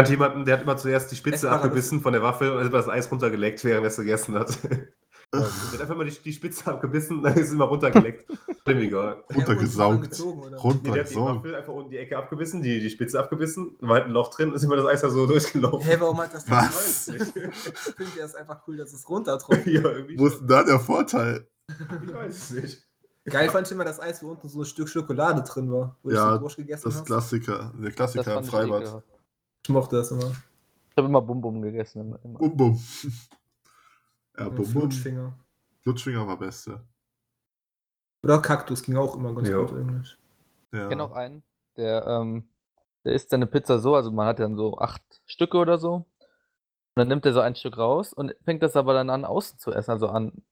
kannte jemanden, der hat immer zuerst die Spitze
Essbarer
abgebissen von der Waffel und hat immer das Eis runtergeleckt, während er es gegessen hat. (laughs) Der hat einfach mal die, die Spitze abgebissen, dann ist es immer (laughs) runtergeleckt. Dem egal.
Runtergesaugt.
Gezogen, oder?
Nee, der hat die
Runtergesaugt.
Waffel einfach unten die Ecke abgebissen, die, die Spitze abgebissen, war halt ein Loch drin, ist immer das Eis da so (laughs) durchgelaufen.
Hä, warum hat das denn
Was?
geholfen? Ich finde das einfach cool, dass es runtertropft.
ja, irgendwie.
Wo ist denn da der Vorteil?
schon. Ich weiß es nicht.
Geil fand ich immer das Eis, wo unten so ein Stück Schokolade drin war, wo
Ja,
du so durchgegessen
Das
hast.
Klassiker. Der Klassiker im
ich
Freibad.
ekelhaft.
Ich mochte das immer.
Ich habe immer Bum-Bum gegessen. Immer. immer.
Bum bum. (laughs) Ja,
Mit
bum bum.
Flutschfinger.
Flutschfinger war beste.
Oder Kaktus ging auch immer ganz
Ja.
gut eigentlich.
Ja.
Ich kenne auch
Genau.
einen, der, ähm, der isst seine Pizza so, also man hat dann so acht Stücke oder so. Und dann nimmt er so ein Stück raus und fängt das aber dann an, außen zu essen, also an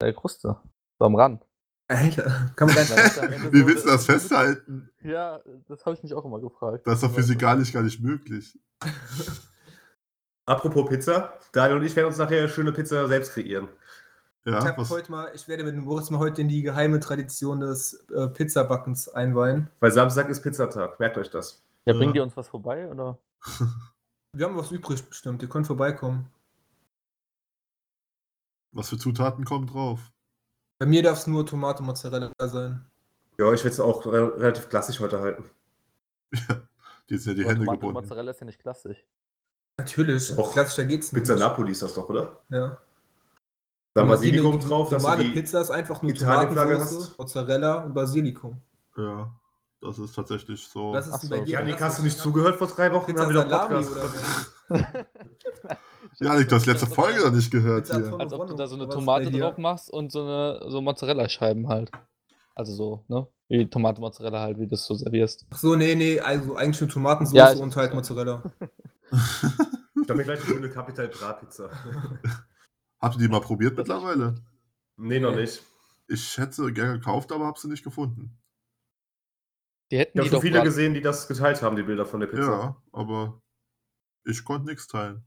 der Kruste. So am Rand.
Alter, kann man gar
Und dann
nicht.
ist am Ende
Wie
so-
willst du das festhalten?
Ja, das habe ich mich auch immer gefragt.
Das ist doch physikalisch gar nicht möglich.
Apropos Pizza, Daniel und ich werden uns nachher eine schöne Pizza selbst kreieren.
Ich,
Ja,
hab
was,
heute mal, ich werde mit dem Moritz mal heute in die geheime Tradition des äh, Pizzabackens einweihen.
Weil Samstag ist Pizzatag, merkt euch das.
Ja,
Ja.
bringt ihr uns was vorbei oder?
Wir haben was übrig bestimmt, ihr könnt vorbeikommen.
was für Zutaten kommen drauf?
Bei mir darf es nur Tomate Mozzarella sein.
Ja, ich will es auch äh, relativ klassisch heute halten.
Die sind ja
Aber
die Hände
Tomate und
gebunden.
Mozzarella ist ja nicht (laughs) klassisch.
Natürlich,
Och,
klassischer geht's nicht.
Pizza Napoli ist das doch, oder?
Ja.
Da
Und
Basilikum
Mhm. die
drauf, dass du
normale
die
Pizza ist einfach nur
Italienflagge
Tomatensoße,
hast.
Mozzarella und Basilikum.
Ja, das ist tatsächlich so.
Das ist
Ach so,
bei dir.
okay.
Janik, Oh. hast du nicht zugehört vor drei Wochen?
Pizza
Haben wir doch
Salami
Podcast.
oder was?
ja, ich das letzte Folge noch nicht gehört
Pizza
hier.
von-
Als ob du da so eine
Was bei
Tomate
dir?
drauf machst und so eine so Mozzarella-Scheiben halt. Also so, ne? Wie Tomate Mozzarella halt, wie du es so servierst.
Ach so, nee, nee, also eigentlich nur Tomatensoße
Ja, ich-
und halt Mozzarella.
Ich habe mir gleich eine schöne Capital
(laughs)
Bra Pizza.
Habt ihr die mal probiert mittlerweile?
Nee, noch nicht.
Ich hätte gerne gekauft, aber hab sie nicht gefunden.
Die hätten
Ich habe
die doch
schon viele
brat-
gesehen, die das geteilt haben, die Bilder von der Pizza.
Ja, aber ich konnte nichts teilen.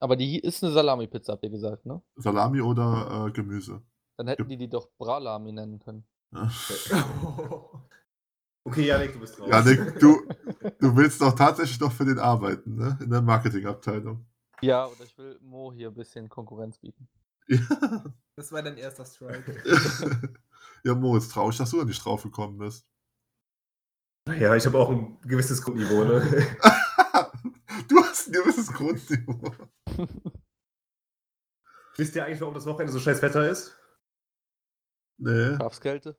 Aber die ist eine Salami-Pizza, habt ihr gesagt, ne?
Salami oder äh, Gemüse.
Dann hätten die die doch Bralami nennen können.
Ja.
Okay, Janik, du bist raus.
Janik, du, du willst doch tatsächlich noch für den arbeiten, ne? In der Marketingabteilung.
Ja, oder ich will Mo hier ein bisschen Konkurrenz bieten.
Ja.
(laughs) Das war dein erster Strike.
ja, Mo, ist traurig, dass du da nicht drauf gekommen bist. (laughs)
Ja, ich habe auch ein gewisses
(laughs)
Grundniveau, ne?
du hast ein gewisses Grundniveau.
Wisst ihr eigentlich, warum das Wochenende so scheiß Wetter ist?
Nee. (laughs)
Schafskälte?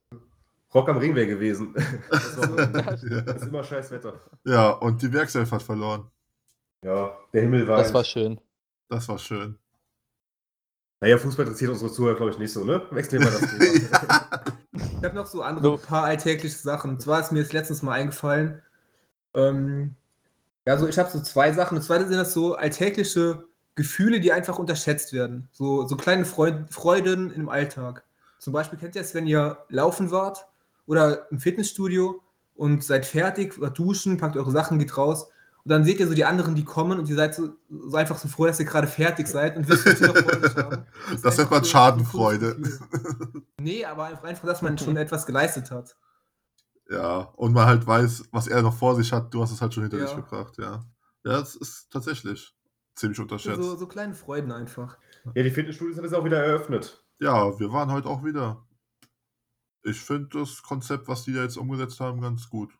Rock am Ring wäre gewesen. (laughs) Das Wochenende
Ja.
ist immer scheiß Wetter.
ja, und die Werkself hat verloren.
Ja, der Himmel war.
Das war schön.
Das war schön.
Naja, Fußball interessiert unsere Zuhörer, glaube ich, nicht so, ne? Wechseln wir mal das
(laughs)
Thema.
Ich habe noch so andere
So.
paar alltägliche Sachen. Und zwar ist mir jetzt letztens mal eingefallen. Ähm, ja, so ich habe so zwei Sachen. Und zweite sind das so alltägliche Gefühle, die einfach unterschätzt werden. So, so kleine Freud Freuden im Alltag. Zum Beispiel kennt ihr es, wenn ihr laufen wart oder im Fitnessstudio und seid fertig, wart duschen, packt eure Sachen, geht raus. Und dann seht ihr so die anderen, die kommen und ihr seid so, so einfach so froh, dass ihr gerade fertig seid und wisst, was ihr noch vor euch haben. ist
Das nennt
einfach
man Schadenfreude.
so ein cooles Gefühl. (laughs) nee, aber einfach, einfach, dass man schon etwas geleistet hat.
Ja, und man halt weiß, was er noch vor sich hat, du hast es halt schon hinter
Ja.
dich gebracht, ja. Ja, das ist tatsächlich ziemlich unterschätzt.
So, so kleine Freuden einfach.
ja, die Fitnessstudios haben jetzt auch wieder eröffnet.
Ja, wir waren heute auch wieder. Ich finde das Konzept, was die da jetzt umgesetzt haben, ganz gut.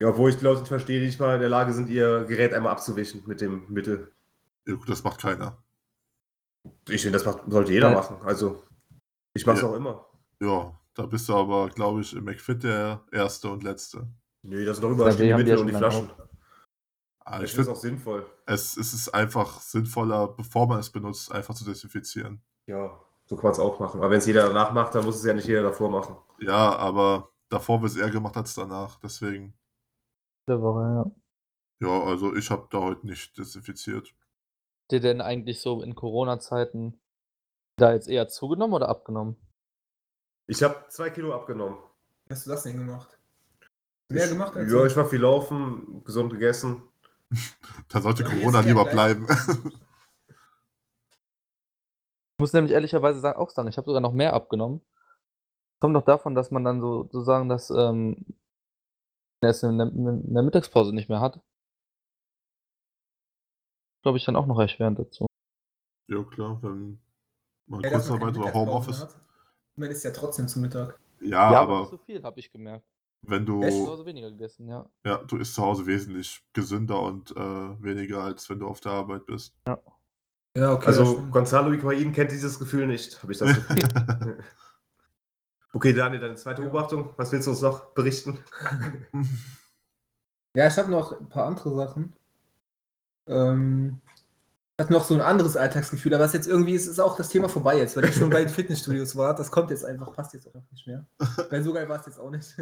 Ja, obwohl ich die Leute nicht verstehe, die nicht mal in der Lage sind, ihr Gerät einmal abzuwischen mit dem Mittel.
Ja, gut, das macht keiner.
Ich finde, das macht, sollte jeder
Ja.
machen. Also, ich mache es
Ja.
auch immer.
Ja, da bist du aber, glaube ich, im McFit der Erste und Letzte.
Nee, das sind doch überall
Ja, die
die
haben die
Mittel
ja
und die
schon
Flaschen.
Aber
Das
Ah, ich
ist
finde,
auch sinnvoll.
es, es ist einfach sinnvoller, bevor man es benutzt, einfach zu desinfizieren.
Ja, so kann man es auch machen. Aber wenn es jeder danach macht, dann muss es ja nicht jeder davor machen.
Ja, aber davor wird es eher gemacht als danach. Deswegen,
Der Woche, ja.
ja, also ich habe da heute nicht desinfiziert.
Habt ihr denn eigentlich so in Corona-Zeiten da jetzt eher zugenommen oder abgenommen?
Ich habe zwei Kilo abgenommen.
Wie hast du das denn gemacht? Mehr
ich,
gemacht also. als
Ja,
du?
ich war viel laufen, gesund gegessen.
Da sollte
Ja,
Corona
jetzt ja
lieber
gleich.
bleiben. (laughs)
Ich muss nämlich ehrlicherweise sagen, auch sagen, ich habe sogar noch mehr abgenommen. Kommt doch davon, dass man dann so sozusagen das ähm, Essen in der, in der Mittagspause nicht mehr hat. Glaube ich dann auch noch erschwerend dazu.
ja, klar, wenn man
Ja, dass man keine
Kurzarbeit oder
Mittagspause
Homeoffice.
hat. Man ist ja trotzdem zu Mittag.
Ja,
ja, aber nicht
aber
so viel, habe ich gemerkt.
wenn
Ich habe
du.
zu Hause weniger gegessen, ja.
Ja, du isst zu Hause wesentlich gesünder und äh, weniger, als wenn du auf der Arbeit bist.
Ja, okay.
Also,
das stimmt.
Gonzalo Higuain kennt dieses Gefühl nicht, habe
(laughs)
ich das Gefühl. (laughs) okay, Daniel, deine zweite Beobachtung. Was willst du uns noch berichten?
Ja, ich habe noch ein paar andere Sachen. Ähm, ich hatte noch so ein anderes Alltagsgefühl, aber es ist jetzt irgendwie es ist auch das Thema vorbei jetzt, weil ich schon bei den Fitnessstudios war. Das kommt jetzt einfach, passt jetzt auch einfach nicht mehr. Weil so geil war es jetzt auch nicht.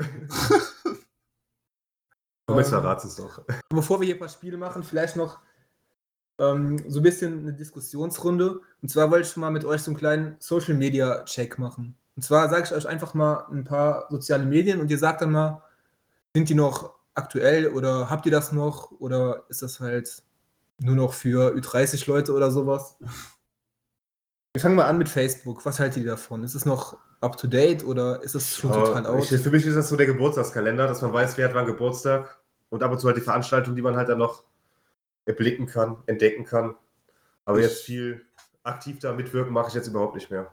Komm, jetzt
Ähm,
verrat's uns doch.
Bevor wir hier ein paar Spiele machen, vielleicht noch ähm, so ein bisschen eine Diskussionsrunde. Und zwar wollte ich mal mit euch so einen kleinen Social Media Check machen. Und zwar sage ich euch einfach mal ein paar soziale Medien und ihr sagt dann mal, sind die noch aktuell oder habt ihr das noch oder ist das halt nur noch für Ü30 Leute oder sowas? Wir fangen mal an mit Facebook. Was haltet ihr davon? Ist es noch up to date oder ist es schon total
Aber ich,
out?
für mich ist das so der Geburtstagskalender, dass man weiß, wer hat wann Geburtstag und ab und zu halt die Veranstaltung, die man halt dann noch erblicken kann, entdecken kann. Aber
Ich-
jetzt viel aktiv da mitwirken mache ich jetzt überhaupt nicht mehr.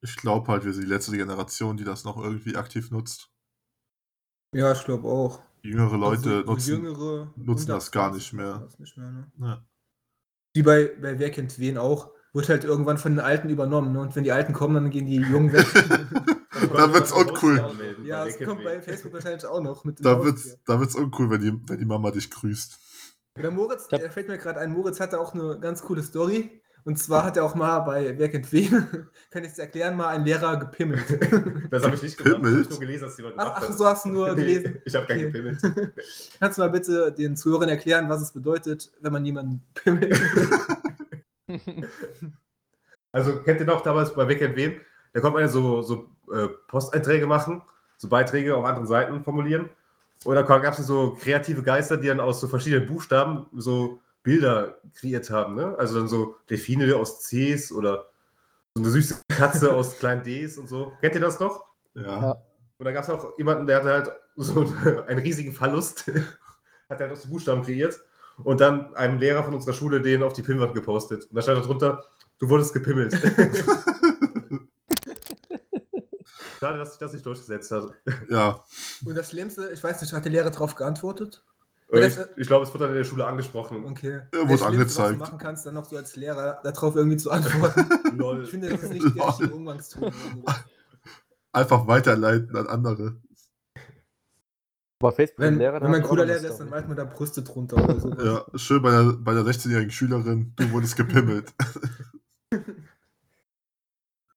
Ich glaube halt, wir sind die letzte Generation, die das noch irgendwie aktiv nutzt.
Ja, ich glaube auch.
Jüngere Leute
Also, so
nutzen.
(laughs) Jüngere
nutzen
unter
das gar
20
nicht mehr.
nutzen Das nicht mehr ne?
Ja.
Wie bei, bei Wer kennt wen auch. Wird halt irgendwann von den Alten übernommen. Ne? Und wenn die Alten kommen, dann gehen die Jungen
(laughs)
weg.
(laughs) Da wird's uncool.
ja, das kommt bei Facebook wahrscheinlich auch noch. Mit dem
(laughs) Da
Haus
wird's,
hier.
da wird's uncool, wenn die, wenn die Mama dich grüßt.
Oder Moritz,
Ich hab-
der fällt mir gerade ein, Moritz hatte auch eine ganz coole Story. Und zwar hat er auch mal bei Wer kennt wen, (laughs) kann ich es erklären, mal einen Lehrer gepimmelt.
Das habe ich nicht gemacht. Ich
Pimmelt?
habe nur gelesen, dass jemand
Ach,
gemacht
ach,
hat.
so hast du nur
Nee,
gelesen.
Ich habe gar
Okay.
keinen gepimmelt.
(laughs) Kannst du mal bitte den Zuhörern erklären, was es bedeutet, wenn man jemanden pimmelt?
Also kennt ihr noch damals bei Weg Wem? Da konnte man ja so, so äh, Posteinträge machen, so Beiträge auf anderen Seiten formulieren. Und da gab es so kreative Geister, die dann aus so verschiedenen Buchstaben so Bilder kreiert haben. Ne? Also dann so Delfine aus Cs oder so eine süße Katze aus kleinen Ds und so. Kennt ihr das noch?
Ja.
Und da gab es auch jemanden, der hatte halt so (laughs) einen riesigen Verlust, (laughs) hat halt aus den Buchstaben kreiert und dann einem Lehrer von unserer Schule den auf die Pinnwand gepostet. Und da stand darunter, du wurdest (laughs) gepimmelt. Schade, dass sich das nicht durchgesetzt hat.
Ja.
Und das Schlimmste, ich weiß nicht, hat der Lehrer darauf geantwortet?
Und
Das-
Ich, ich glaube, es wurde dann in der Schule (laughs) angesprochen.
Okay.
Er wurde
Das Schlimmste, Was
angezeigt.
du machen kannst, dann noch so als Lehrer darauf irgendwie
(laughs)
zu antworten. Ich
Lol.
finde, das ist nicht der richtige Umgangston.
Einfach weiterleiten an andere.
(laughs) Aber Facebook
Wenn,
Lehrer, da
wenn man
hast du auch
cooler
noch eine
Lehrer ist, dann
Story.
malt man da Brüste drunter oder so.
Ja, schön bei der, bei der 16-jährigen Schülerin, du wurdest gepimmelt. (laughs)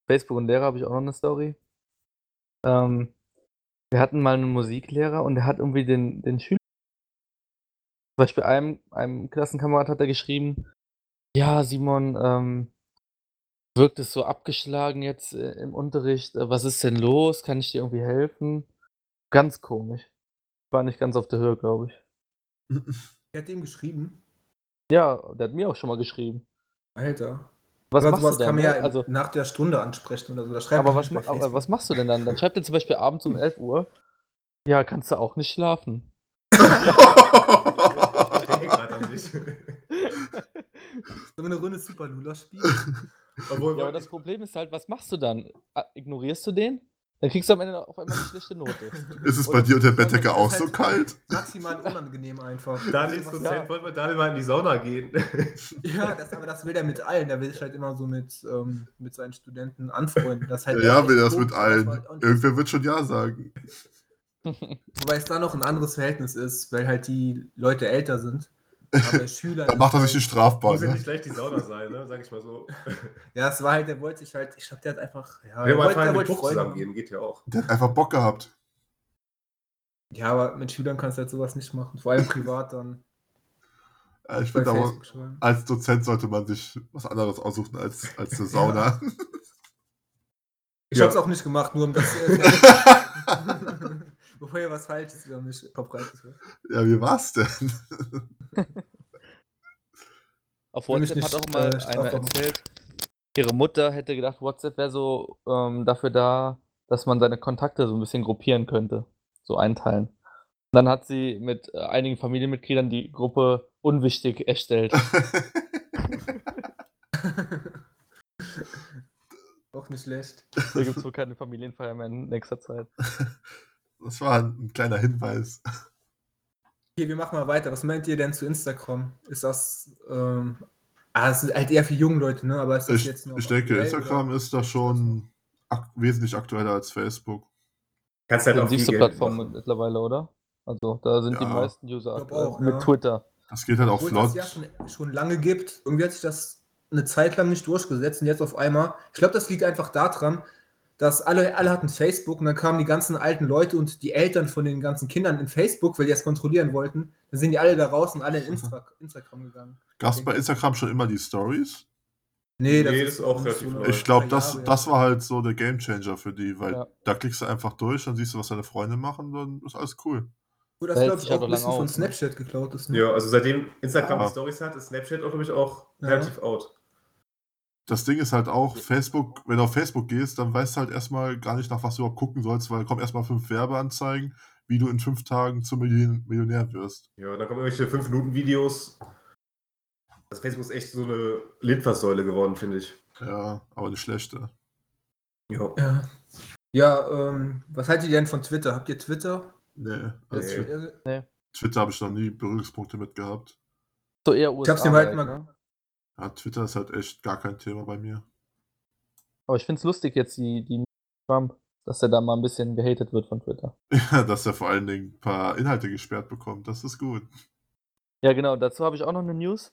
Facebook und Lehrer habe ich auch noch eine Story. Ähm, wir hatten mal einen Musiklehrer und der hat irgendwie den, den Schüler. Zum Beispiel einem, einem Klassenkamerad hat er geschrieben: Ja, Simon, ähm, wirkt es so abgeschlagen jetzt äh, im Unterricht? Äh, Was ist denn los? Kann ich dir irgendwie helfen? Ganz komisch. War nicht ganz auf der Höhe, glaube ich.
Er hat dem geschrieben.
Ja, der hat mir auch schon mal geschrieben.
Alter.
Was
aber
machst
sowas
du denn?
kann man ja
also,
nach der Stunde ansprechen oder so. Da schreibt
aber
man
was,
nicht
ma-
bei
aber
Facebook.
was machst du denn dann? Dann schreibt er zum Beispiel abends um 11 Uhr, ja, kannst du auch nicht schlafen.
Ich denke gerade an dich.
Sollen wir eine Runde Super
(laughs)
Lula spielen?
Obwohl,
Ja, aber das Problem ist halt, was machst du dann? Ah, Ignorierst du den? Dann kriegst du am Ende auf einmal eine schlechte Note.
Ist es bei dir unter der Bettdecke
Das
auch
ist
so
halt-
kalt?
Maximal unangenehm einfach.
Daniels Dozent
Ja.
wollte mit Daniel mal in die Sauna gehen.
Ja, das, aber das will er mit allen. Der will sich halt immer so mit, ähm, mit seinen Studenten anfreunden. Das ist halt
Ja,
auch
will
echt
das
doof,
mit
aber das
allen.
war halt auch nicht-
Irgendwer wird schon Ja sagen.
Wobei es da noch ein anderes Verhältnis ist, weil halt die Leute älter sind. Aber
(laughs)
bei Schülern.
Dann macht er sich
ist
nicht
halt,
(laughs)
strafbar,
Muss ja
ne?
nicht gleich die Sauna sein, ne? sag ich mal so.
Ja, es war halt, der wollte sich halt, ich glaube, der hat einfach. Ja,
Wir
der
wollen
wollte,
einfach in
der
den
wollte
Puff
Freunde haben.
zusammengehen, geht ja auch.
Der hat einfach Bock gehabt.
Ja, aber mit Schülern kannst du halt sowas nicht machen. Vor allem privat
(laughs)
dann.
Äh, Ich
Bei
finde aber,
Facebook schreiben.
als Dozent sollte man sich was anderes aussuchen als, als eine Sauna.
Ich
Ja.
hab's auch nicht gemacht, nur um
(laughs)
das. Bevor ihr was Falsches über mich verbreitet wird. (laughs)
(laughs) Ja, wie war's denn?
Auf
Will mich
WhatsApp hat
nicht,
auch mal
äh,
einer
strafbar machen.
erzählt, ihre Mutter hätte gedacht, WhatsApp wäre so ähm, dafür da, dass man seine Kontakte so ein bisschen gruppieren könnte, so einteilen. Und dann hat sie mit äh, einigen Familienmitgliedern die Gruppe unwichtig erstellt.
Auch nicht schlecht.
Da gibt es wohl keine Familienfeier mehr in nächster Zeit.
Das war ein kleiner Hinweis.
Okay, wir machen mal weiter. Was meint ihr denn zu Instagram? Ist das. Ähm, ah, es sind halt eher für junge Leute, ne? Aber ist das
Ich,
jetzt noch.
ich denke,
aktuell,
Instagram
oder?
ist da schon ak wesentlich aktueller als Facebook.
Kannst halt auch viel
Intensivste
Geld
Plattform
machen.
mittlerweile, oder? Also da sind die
Ja.
meisten User
Ich glaub
aktuell
auch, ne?
mit
ja.
Twitter.
Das geht halt auch
Obwohl es
flott.
ja schon, schon lange gibt. Irgendwie hat sich das eine Zeit lang nicht durchgesetzt und jetzt auf einmal. Ich glaube, das liegt einfach daran, dass alle, alle hatten Facebook und dann kamen die ganzen alten Leute und die Eltern von den ganzen Kindern in Facebook, weil die das kontrollieren wollten. Dann sind die alle da raus und alle in
(laughs)
Instra Instagram gegangen.
Gab es bei Instagram schon immer die Stories?
Nee,
Nee, das ist auch relativ
so
neu.
eine-
Ich glaube,
Jahre
das,
jetzt.
das war halt so der Gamechanger für die,
Halt.
weil
Ja.
da klickst du einfach durch, dann siehst du, was deine Freunde machen, dann ist alles cool.
Wo das,
hält
glaube
sich
ich, auch
aber
ein
lang
bisschen
auf,
von
ne?
Snapchat geklaut ist. Ne? Ah.
Ja, also seitdem Instagram
Ja.
die Stories hat, ist Snapchat auch, glaube ich, auch
Ja.
relativ out.
das Ding ist halt auch, Facebook, wenn du auf Facebook gehst, dann weißt du halt erstmal gar nicht, nach was du überhaupt gucken sollst, weil da kommen erstmal fünf Werbeanzeigen, wie du in fünf Tagen zum Million- Millionär wirst.
Ja, da kommen irgendwelche 5-Minuten-Videos. Also Facebook ist echt so eine Litfaßsäule geworden, finde ich.
Ja, aber eine schlechte.
Ja.
Ja, ja ähm, was haltet ihr denn von Twitter? Habt ihr Twitter?
Nee, also
Nee.
Twi-
Äh,
Twitter habe ich noch nie Berührungspunkte mit gehabt.
So eher USA.
Ich hab's dir halt mal-
ne?
Ja, Twitter ist halt echt gar kein Thema bei mir. (laughs)
Aber ich find's lustig jetzt, die, die Trump, dass der da mal ein bisschen gehatet wird von Twitter.
Ja, dass er vor allen Dingen ein paar Inhalte gesperrt bekommt, das ist gut.
Ja, genau, dazu habe ich auch noch eine News.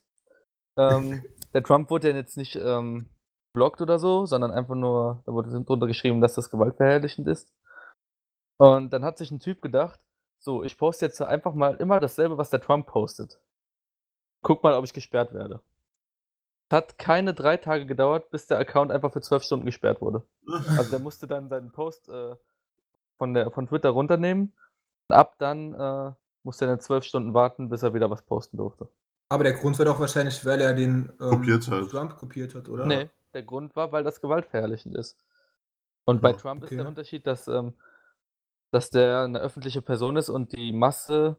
Ähm, der Trump wurde ja jetzt nicht ähm, blockt oder so, sondern einfach nur, da wurde drunter geschrieben, dass das gewaltverherrlichend ist. Und dann hat sich ein Typ gedacht, so, ich poste jetzt einfach mal immer dasselbe, was der Trump postet. Guck mal, ob ich gesperrt werde. Es hat keine drei Tage gedauert, bis der Account einfach für zwölf Stunden gesperrt wurde. Also der musste dann seinen Post äh, von, der, von Twitter runternehmen. Und ab dann äh, musste er dann zwölf Stunden warten, bis er wieder was posten durfte.
Aber der Grund war doch wahrscheinlich, weil er den ähm,
Kopiert hat.
Trump kopiert hat, oder?
Nee, der Grund war, weil das gewaltverherrlichend ist. Und bei
Ja,
Trump ist
okay.
der Unterschied, dass, ähm, dass der eine öffentliche Person ist und die Masse,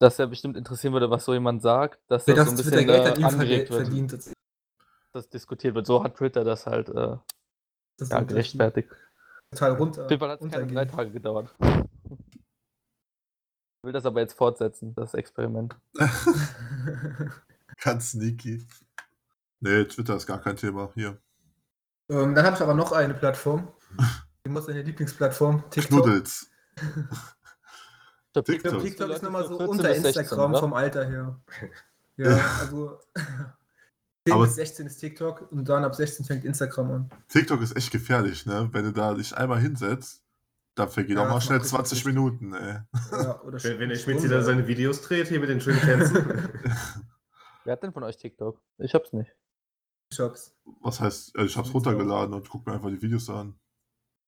dass er bestimmt interessieren würde, was so jemand sagt, dass
Der
das
das
so ein
Twitter
bisschen
Geld an
äh,
ihm verge-
angeregt wird,
verdient. hat.
dass diskutiert wird. So hat Twitter das halt äh,
Das
ja,
wird
gerechtfertigt.
Total runter.
Auf jeden Fall hat es keine drei
(laughs) untergehen.
Tage gedauert. (laughs) Ich will das aber jetzt fortsetzen, das Experiment.
Ganz sneaky. Nee, Twitter ist gar kein Thema hier.
ähm, dann habe ich aber noch eine (laughs) Plattform. Du musst deine Lieblingsplattform, TikTok.
Knuddels.
Ich glaub,
Ich glaube,
TikTok.
die
TikTok
Leute
ist nochmal
sind
so
14
unter
bis 16,
Instagram
oder?
vom Alter her. Ja,
Ja.
also 10
Aber-
bis 16 ist TikTok und dann ab 16 fängt Instagram an.
TikTok ist echt gefährlich, ne? Wenn du da dich einmal hinsetzt, dann vergeht
Ja,
auch mal
das
schnell
macht
20
richtig. (laughs)
Minuten, ey.
Ja, oder
Wenn, wenn
Stunde.
der Schmitzi da seine Videos dreht, hier mit den
(laughs)
schönen Tänzen.
Wer hat denn von euch TikTok? Ich hab's nicht.
Shops.
Was heißt, äh, ich hab's runtergeladen und guck mir einfach die Videos an.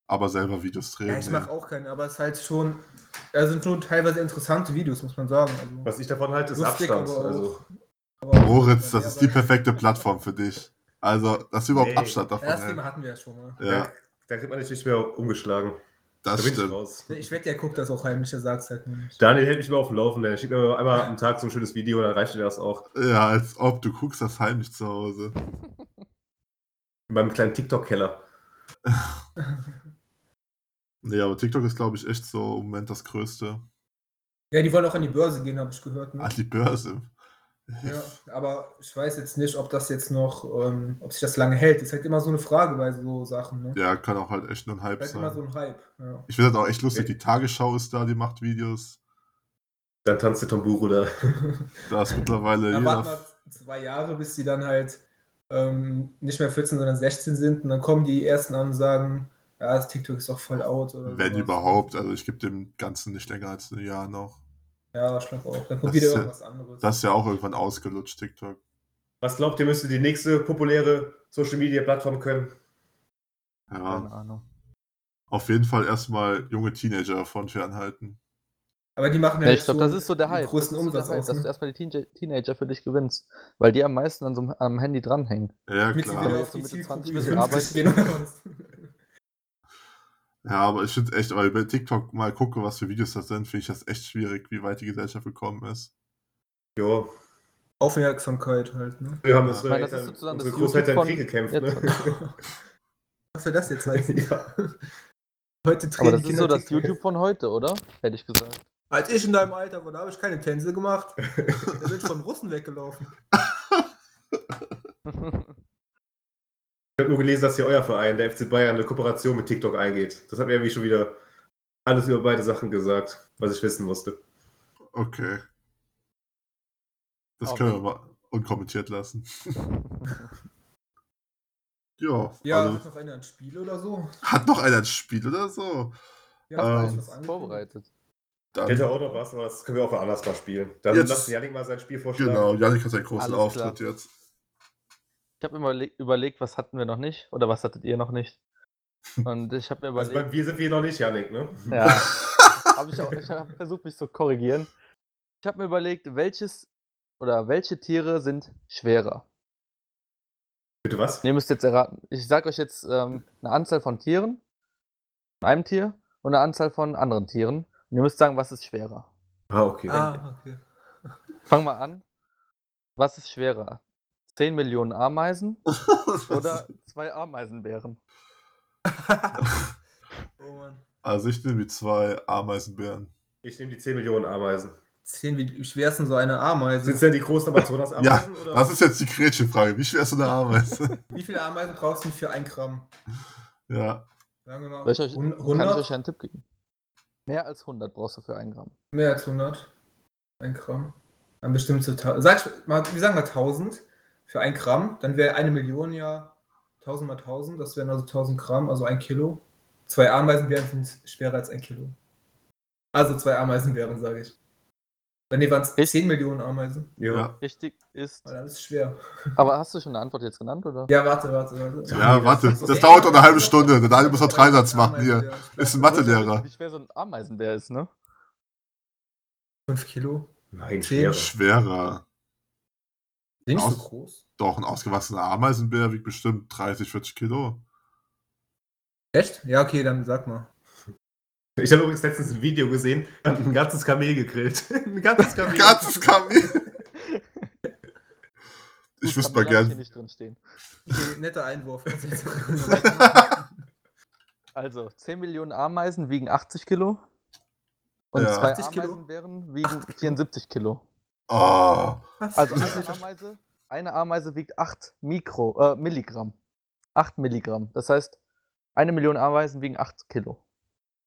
Aber selber Videos drehen.
Ja, ich
nee.
mache auch keine, aber es ist halt schon, da sind schon teilweise interessante Videos, muss man sagen. Also,
Was ich davon halte, ist
Lustig,
Abstand.
aber auch-
Also,
aber-
Moritz, das
Ja,
ist die
aber-
perfekte Plattform für dich. Also, dass du überhaupt
Nee.
Abstand davon
Ja, (laughs) Das
hältst.
Thema hatten wir ja schon mal.
Ja,
da kriegt man dich nicht mehr umgeschlagen.
das
da bin ich
stimmt.
raus.
Ich wette, der guckt das auch heimlich, der sagt es halt nur nicht.
Daniel hält mich immer auf dem Laufenden. Er schickt mir einmal am Tag so ein schönes Video, dann reicht dir das auch.
Ja, als ob du guckst das heimlich zu Hause.
In meinem kleinen TikTok-Keller.
Nee, aber TikTok ist, glaube ich, echt so im Moment das Größte.
Ja, die wollen auch an die Börse gehen, habe ich gehört. Ne?
An die Börse.
Ja, aber ich weiß jetzt nicht, ob das jetzt noch, ähm, ob sich das lange hält. Ist halt immer so eine Frage bei so Sachen. Ne?
Ja, kann auch halt echt nur ein Hype
Bleibt immer so
sein.
ein Hype. Ja.
Ich finde das auch echt lustig. Die Tagesschau ist da, die macht Videos.
Dann tanzt der Tamburo da.
(laughs)
Da ist mittlerweile
Dann warten
jeder.
wir zwei Jahre, bis die dann halt ähm, nicht mehr 14, sondern 16 sind. Und dann kommen die ersten an und sagen, ja, das TikTok ist doch voll out. Oder
Wenn
sowas.
überhaupt. Also, ich gebe dem Ganzen nicht länger als ein Jahr noch.
Ja, ich glaube auch. Dann kommt
Das
wieder
ist ja-
irgendwas anderes.
Das ist ja auch irgendwann ausgelutscht, TikTok.
Was glaubt ihr, müsste die nächste populäre Social-Media-Plattform können?
Keine
Ja,
Ahnung.
auf jeden Fall erstmal junge Teenager von fernhalten.
aber die machen
Ja,
ja
ich glaube, das ist so der
den
Hype. das
größten
ist so der
Umsatz
Hype,
aus.
dass du
Ne?
erstmal die Teen Teenager für dich gewinnst. Weil die am meisten an so einem, am Handy dranhängen.
Ja,
Damit sie
klar.
wieder
Ja,
auf
so
die
Mitte
Zielgruppe
20
über
bisschen
50 gehen oder was.
Ja, aber ich finde echt, weil ich bei TikTok mal gucke, was für Videos das sind, finde ich das echt schwierig, wie weit die Gesellschaft gekommen ist.
Ja,
Aufmerksamkeit halt, ne?
wir haben unsere,
Ich meine, das ist
Eltern,
sozusagen
unsere
das
Großeltern im Krieg
YouTube
gekämpft.
von
Ne?
Was soll das jetzt
(laughs)
heißen?
(laughs) Ja.
Heute
Aber
drehen
das
die
ist
Kinder
so das
TikTok.
YouTube von heute, oder? Hätte ich
(laughs)
gesagt.
Als ich in deinem Alter war, da habe ich keine Tänze gemacht. Da bin ich von Russen weggelaufen.
Ich habe nur gelesen, dass hier euer Verein, der FC Bayern, eine Kooperation mit TikTok eingeht. Das hat mir irgendwie schon wieder alles über beide Sachen gesagt, was ich wissen musste.
Okay. Das
Auch
können wir
wenn-
mal unkommentiert lassen. ja,
Ja,
also,
hat noch einer ein Spiel oder so?
hat noch einer ein Spiel oder so?
Ja,
Ähm,
hat noch was angekündigt?
Vorbereitet.
Dann,
Ich hätte auch noch was, aber das können wir auch mal anders mal spielen. Dann
Jetzt-
lass Janik mal sein Spiel vorstellen.
genau, Janik hat seinen großen
Alles klar.
Auftritt jetzt.
Ich habe immer le- überlegt, was hatten wir noch nicht oder was hattet ihr noch nicht. Und ich habe mir
Also
überlegt.
bei mir sind wir noch nicht, Janik, ne?
(laughs)
ja. habe ich auch ich hab versucht, mich zu korrigieren. Ich habe mir überlegt, welches oder welche Tiere sind schwerer?
Bitte was?
Ihr müsst jetzt erraten. Ich sage euch jetzt ähm, eine Anzahl von Tieren, von einem Tier und eine Anzahl von anderen Tieren. Und ihr müsst sagen, was ist schwerer.
Ah, okay.
Ah, okay.
Fang mal an. Was ist schwerer? 10 Millionen Ameisen
(laughs)
oder zwei Ameisenbären?
Oh Mann.
Also ich nehme die zwei Ameisenbären.
Ich nehme die 10 Millionen Ameisen.
Zehn, wie schwer ist denn so eine
Sind es
Ameise?
denn die großen Amazonas-Ameisen? oder?
Das ist jetzt die Gretchenfrage. Wie schwer ist so eine Ameise?
Wie viele Ameisen brauchst du für ein Gramm?
(laughs) ja.
Sagen wir mal
Soll ich euch-
hun-
Kann ich euch
100?
einen Tipp geben? Mehr als 100 brauchst du für einen Gramm.
Mehr als 100. Ein Gramm. Dann bestimmt so 1000. Sag mal, wir sagen mal 1000 für ein Gramm. Dann wäre eine Million ja 1000 mal 1000. Das wären also 1000 Gramm, also ein Kilo. Zwei Ameisenbären sind schwerer als ein Kilo. Also zwei Ameisenbären, sage ich. Dann nee, waren es
Ich-
10 Millionen Ameisen.
Ja.
Richtig ist.
Weil das ist schwer.
Aber hast du schon eine Antwort jetzt genannt, oder?
Ja, warte, warte, warte.
Ja, warte, das dauert doch eine halbe Stunde. Der Daniel muss noch Dreisatz machen hier. Ist ein Mathelehrer.
Wie schwer so ein Ameisenbär ist, ne?
5 Kilo.
Nein,
Zehn.
schwerer.
Schwerer.
Bin ich so
Aus-
groß?
Doch, ein ausgewachsener Ameisenbär wiegt bestimmt 30, 40 Kilo.
Echt? Ja, okay, dann sag mal.
Ich habe übrigens letztens ein Video gesehen, hat ein ganzes Kamel gegrillt. (laughs) ein ganzes Kamel.
Ganzes Kamel. Ich wüsste mal
gerne. Hier
gern.
nicht drin stehen.
Okay, netter Einwurf.
Also, 10 Millionen Ameisen wiegen 80 Kilo. Und
Ja.
zwei
80 Kilo?
Ameisenbären wiegen 74 Kilo.
(laughs) Oh.
Also eine Ameise, eine Ameise wiegt 8 Mikro, äh, Milligramm. 8 Milligramm. Das heißt, eine Million Ameisen wiegen 8 Kilo.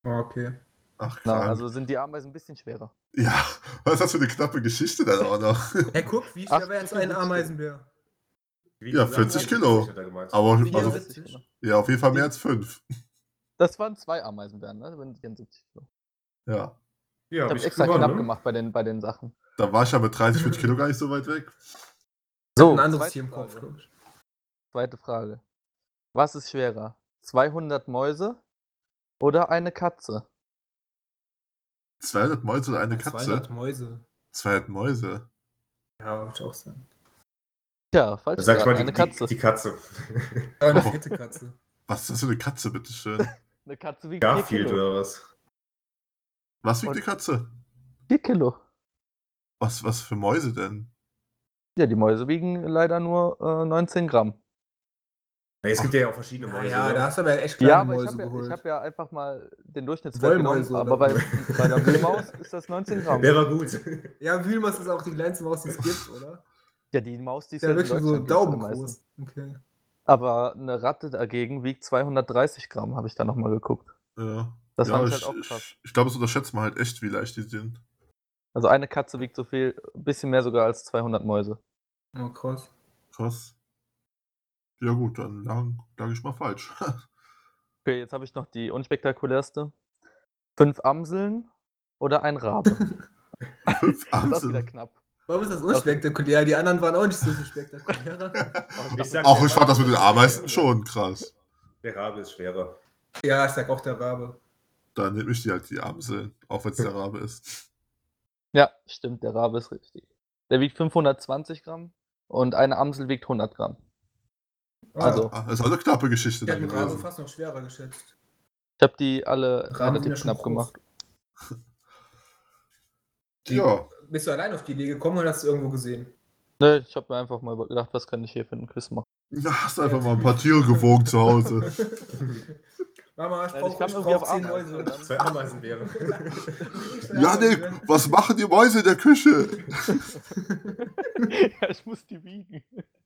Ah, okay.
Ach,
Na,
krank.
also sind die Ameisen ein bisschen schwerer.
Ja, (laughs) was ist das für eine knappe Geschichte dann auch noch?
Hey, guck, wie
Ach,
schwer wäre jetzt ein
stimmt.
Ameisenbär?
Wie
Ja,
gesagt,
40 Kilo.
hat er gemeint.
Aber
Ja,
also,
das-
74 Kilo.
ja, auf jeden Fall mehr als fünf.
Das waren zwei Ameisenbären, ne? Das waren 74 Kilo.
Ja,
ja,
Ich
hab
habe extra
gewonnen,
knapp
ne?
gemacht bei den, bei den Sachen.
da war ich ja mit 30, 40 Kilo gar nicht so weit weg.
So,
Ein anderes
zweite
Tier im Kopf, ne?
Frage.
glaub ich.
Zweite Frage. Was ist schwerer? 200 Mäuse oder eine Katze?
200 Mäuse oder eine Katze?
200 Mäuse.
200 Mäuse.
Ja, würde ich auch sagen.
Tja, falsch.
Dann sag ich
geraten,
mal, die,
eine Katze.
Die, die Katze.
Aber eine
Oh.
fette Katze.
Was ist das für eine Katze, bitteschön?
Eine Katze wiegt 4
Garfield
Kilo.
oder was?
Was wiegt
Und-
die Katze?
4 Kilo.
Was, was für Mäuse denn?
Ja, die Mäuse wiegen leider nur äh, 19 Gramm.
Nee, es gibt ja auch verschiedene
Ja,
Mäuse. ne?
ja,
oder?
da hast du aber echt
Ah, Ja,
kleine
aber ich
Mäuse
habe ja, ich
geholt.
hab ja einfach mal den Durchschnittswert genommen.
Wollmäuse
Aber bei,
(laughs) oder
bei der Blühmaus ist das
(laughs)
(laughs)
19 Gramm.
Der war
(laughs)
gut.
Ja, Wühlmaus ist auch die kleinste Maus, die es gibt, oder?
Ja, (laughs) die Maus, die
Ist
ist
ja
halt in
wirklich so
Deutschland gibt's am meisten.
daumengroß. Okay.
Aber eine Ratte dagegen wiegt 230 Gramm, habe ich da nochmal geguckt.
Ja.
Das
ja,
fand ich
ich,
halt auch krass.
ich, ich glaube, das unterschätzt man halt echt, wie leicht die sind.
Also eine Katze wiegt so viel, ein bisschen mehr sogar als 200 Mäuse.
Oh, krass.
Krass. Ja gut, dann lag, lag ich mal falsch. (laughs)
Okay, jetzt habe ich noch die unspektakulärste. Fünf Amseln oder ein
(laughs)
Rabe?
Fünf
Das ist wieder
Amseln.
knapp.
Warum ist das unspektakulär? Die anderen waren auch nicht so
(laughs)
viel spektakulärer.
Ich sag-
Auch ich fand das mit den Ameisen schon krass.
Der Rabe ist schwerer.
ja, ich sag auch der Rabe.
Dann nehme ich die halt die Amseln, auch wenn es der Rabe ist.
Ja, stimmt, der Rabe ist richtig. Der wiegt 520 Gramm und eine Amsel wiegt 100 Gramm.
Ah,
Also,
Ah, Das ist also eine knappe Geschichte
ich
dann
hätte den Rabe
gewesen.
fast noch schwerer geschätzt.
Ich habe die alle
Raben sind ja
relativ
schon
knapp
groß.
gemacht.
Ja,
Bist du allein auf die Idee gekommen oder hast du irgendwo gesehen?
Ne, ich habe mir einfach mal gedacht, was kann ich hier für einen Quiz
(laughs)
machen.
da hast du einfach mal ein paar Tiere gewogen zu Hause.
(laughs) Mama, ich
Nein, ich
brauche
kam
ich
irgendwie
brauch
auf
zehn
Ameisen
Mäuse.
und dann-
Zwei Ameisen wären.
(laughs)
Janik, was machen die Mäuse in der Küche?
ja, ich muss die wiegen.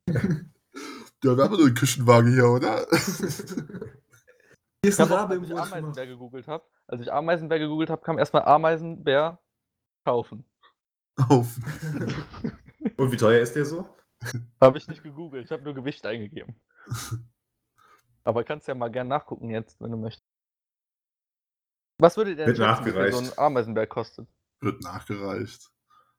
Ja, wir haben nur einen Küchenwagen hier, oder? (laughs)
Hier ist
Ich
ein
habe
Rabe
als
im
ich
Wohnzimmer.
Ameisenbär gegoogelt habe, als ich Ameisenbär gegoogelt habe, kam erstmal Ameisenbär kaufen.
Auf.
Und wie teuer ist der so?
Habe ich nicht gegoogelt, ich habe nur Gewicht
(laughs)
eingegeben. Aber kannst ja mal gern nachgucken jetzt, wenn du möchtest. Was würdet ihr denn
Wird
schätzen, wie viel so ein
nachgereicht.
Ameisenbär kostet?
Wird nachgereicht.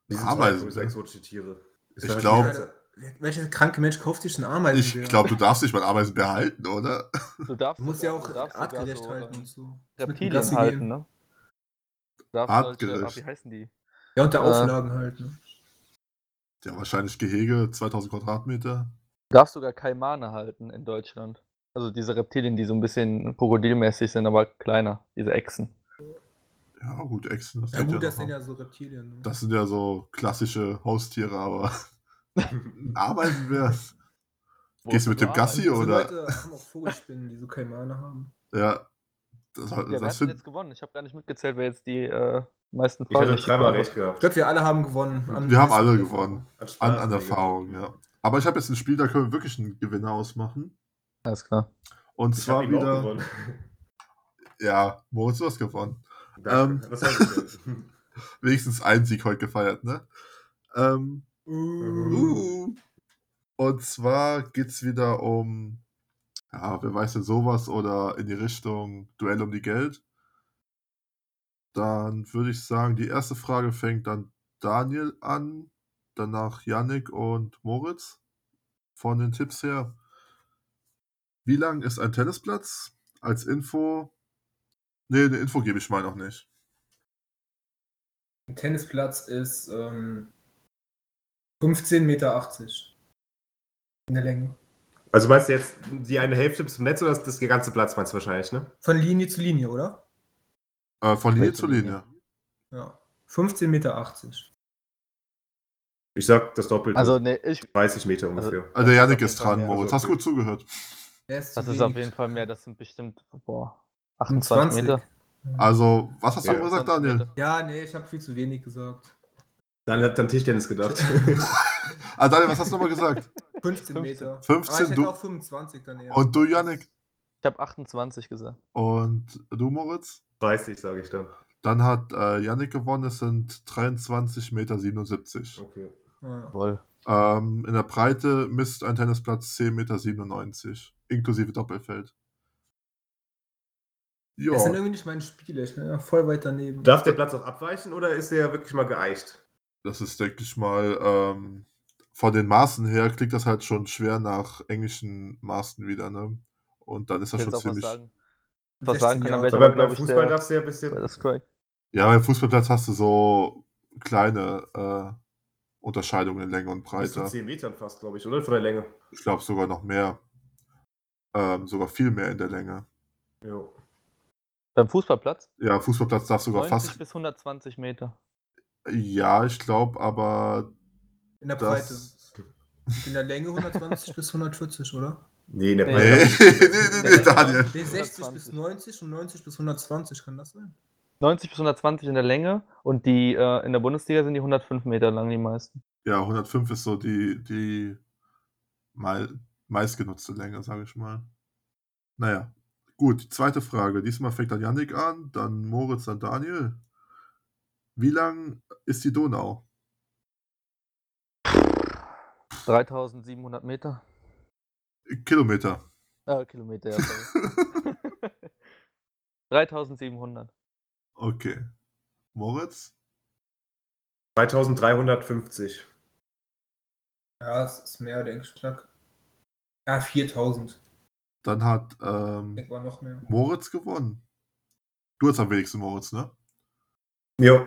Die sind
Ameisen.
so exotische Tiere. ne? Ist
Ich
das-
glaub-
Alter, wer- Welcher kranke Mensch kauft sich einen Ameisen?
Ich glaube, du darfst nicht mal einen Ameisenbär halten, oder?
Du darfst
Du musst ja
sogar-
auch
du darfst sogar
artgerecht
so,
halten
ähm,
und so. Gassi
Reptilien
gehen.
halten, ne? Du darfst solche-
Artgerecht.
ah, wie heißen die?
Ja, unter
Äh.
Auflagen halt. Ne?
Ja, wahrscheinlich Gehege, 2000 Quadratmeter.
darfst sogar Kaimane halten in Deutschland. Also diese Reptilien, die so ein bisschen krokodilmäßig sind, aber kleiner, diese Echsen.
Ja, gut, Echsen. Das,
Ja,
geht
gut, das
noch.
sind ja so Reptilien. Ne?
das sind ja so klassische Haustiere, aber (laughs)
(laughs)
arbeiten wir.
Wo
Gehst
wir
du mit dem
so
Gassi
arbeiten.
Diese
oder?
Leute haben auch Vogelspinnen, die so Kaimane haben.
Ja, das,
Ja, wer
das
hat denn
find,
jetzt gewonnen? Ich habe gar nicht mitgezählt, wer jetzt die äh, meisten
Ich hatte
richtig
dreimal
beantwortet
recht
Ich
gehabt.
glaube, wir alle haben gewonnen. Am
wir haben alle
meisten.
gewonnen.
Hat Spaß,
An, an
Digga.
Erfahrung, ja. Aber ich habe jetzt ein Spiel, da können wir wirklich einen Gewinner ausmachen.
hat. Alles klar.
Und
Ich
zwar
hab eben auch
wieder.
(laughs) gewonnen.
Ja, Moritz, du hast gewonnen.
Danke. (laughs)
Ähm.
Was heißt das denn?
Wenigstens einen Sieg heute gefeiert, ne? Ähm,
Uh.
uh. Und zwar geht es wieder um. Ja, wer weiß denn sowas oder in die Richtung Duell um die Geld. Dann würde ich sagen, die erste Frage fängt dann Daniel an, danach Yannick und Moritz. Von den Tipps her. Wie lang ist ein Tennisplatz? Als Info. Ne, eine Info gebe ich mal noch nicht.
Ein Tennisplatz ist ähm, 15,80 Meter in der Länge.
Also meinst du jetzt die eine Hälfte bis zum Netz oder das, das ganze Platz meinst du wahrscheinlich, ne?
Von Linie zu Linie, oder?
Äh, von Linie
Welche
zu
Linie?
Linie.
Ja. 15,80 Meter.
Ich sag das Doppelte.
Also, nee, ich.
30 Meter ungefähr.
Also
Das ist
Yannick
auf jeden
ist
Fall
dran,
mehr.
Moritz.
Also-
Hast gut zugehört.
Der ist zu
Das ist auf
wenig.
jeden Fall mehr, das sind bestimmt, boah, 28 Meter.
Also, was hast du
Ja.
gesagt, Daniel?
Ja, nee, ich habe viel zu wenig gesagt.
Dann hat dann Tischtennis
(laughs)
gedacht.
Ah, Daniel, was hast du nochmal gesagt?
15
15.
Meter.
15,
Aber ich hätte
du-
auch 25 dann eher.
Und du, Yannick?
Ich habe 28 gesagt.
Und du, Moritz?
30, sage ich dann.
Dann hat äh, Yannick gewonnen, es sind 23,77 Meter.
Okay.
Ja.
Jawohl.
Ähm, in der Breite misst ein Tennisplatz 10,97 Meter, inklusive Doppelfeld. Ja,
Das sind irgendwie nicht meine Spiele. Ich bin ja voll weit daneben.
Darf der Platz auch abweichen oder ist der wirklich mal geeicht?
das ist, denke ich mal, ähm, von den Maßen her klingt das halt schon schwer nach englischen Maßen wieder, ne? Und dann ist das
Ich hätte
schon
auch was
ziemlich.
sagen, was
16
sagen können,
Jahre.
welcher
Aber
war,
beim,
glaube
beim
Also ich,
Fußball
der,
darfst du ja ein bisschen.
war das Cry.
Ja, beim Fußballplatz hast du so kleine äh, Unterscheidungen in Länge und
Bis zu
Breite.
10 Metern fast, glaube ich, oder? Von der Länge.
Ich glaube sogar noch mehr. Ähm, sogar viel mehr in der Länge.
Jo.
Beim Fußballplatz?
Ja, Fußballplatz darf sogar
90
fast.
bis 120 Meter.
Ja, ich glaube, aber
In der Breite.
das.
In der Länge 120 (laughs) bis 140, oder?
Nee, ne, der
Nee.
Nee,
Breite-
(laughs) nee, nee, nee, Daniel.
(laughs) Nee, 60 bis
120.
90 und 90 bis 120, kann das sein?
90 bis 120 in der Länge und die äh, in der Bundesliga sind die 105 Meter lang, die meisten.
Ja, 105 ist so die, die mal, meistgenutzte Länge, sage ich mal. Naja, gut, die zweite Frage. Diesmal fängt dann Yannick an, dann Moritz, dann Daniel. Wie lang ist die Donau?
3700 Meter.
Kilometer. (laughs)
Äh, Kilometer, ja, sorry. 3700.
Okay. Moritz?
2350.
Ja, es ist mehr, denke ich. Knack. Ja, 4000.
Dann hat
Ich
ähm,
denke, war noch mehr.
Moritz gewonnen. Du hast am wenigsten Moritz, ne?
Jo.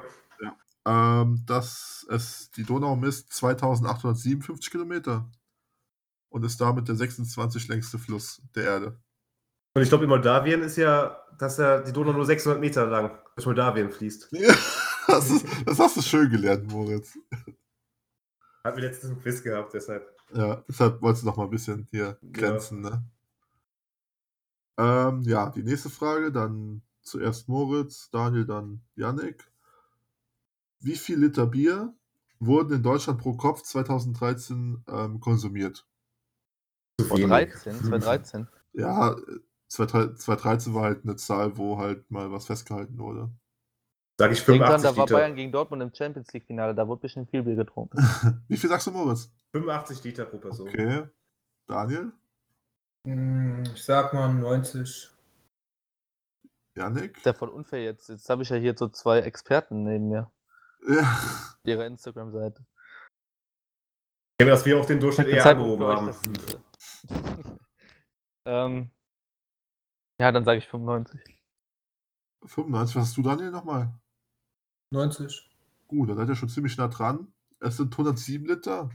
Ähm, dass es die Donau misst 2857 Kilometer und ist damit der 26 längste Fluss der Erde. (laughs)
Und ich glaube, in Moldawien ist ja, dass ja die Donau nur 600 Meter lang durch Moldawien fließt.
das, ist, das hast du schön gelernt, Moritz.
Hatten wir letztens einen Quiz gehabt, deshalb.
Ja, deshalb wolltest du noch mal ein bisschen hier grenzen, ne? Ähm, ja, die nächste Frage, dann zuerst Moritz, Daniel, dann Yannick. Wie viel Liter Bier wurden in Deutschland pro Kopf 2013 ähm, konsumiert?
Boah, 13, 2013.
Ja, äh, 2013 2013 war halt eine Zahl, wo halt mal was festgehalten wurde.
Sag ich
Denk dran,
85
da war
Liter.
Bayern gegen Dortmund im Champions League Finale, da wurde ein bisschen viel Bier getrunken.
Wie viel sagst du, Moritz?
85 Liter pro Person.
Okay. Daniel?
Hm, Ich sag mal 90.
Yannick?
Ist ja voll unfair jetzt. Jetzt habe ich ja hier so zwei Experten neben mir,
Ja.
auf ihrer Instagram-Seite. (laughs)
Ich denke, dass wir auch den Durchschnitt eher angehoben
für euch,
haben.
dass- ähm, ja, dann sage ich 95.
95, was hast du, Daniel, nochmal?
90.
Gut, dann seid ihr schon ziemlich nah dran. Es sind 107 Liter.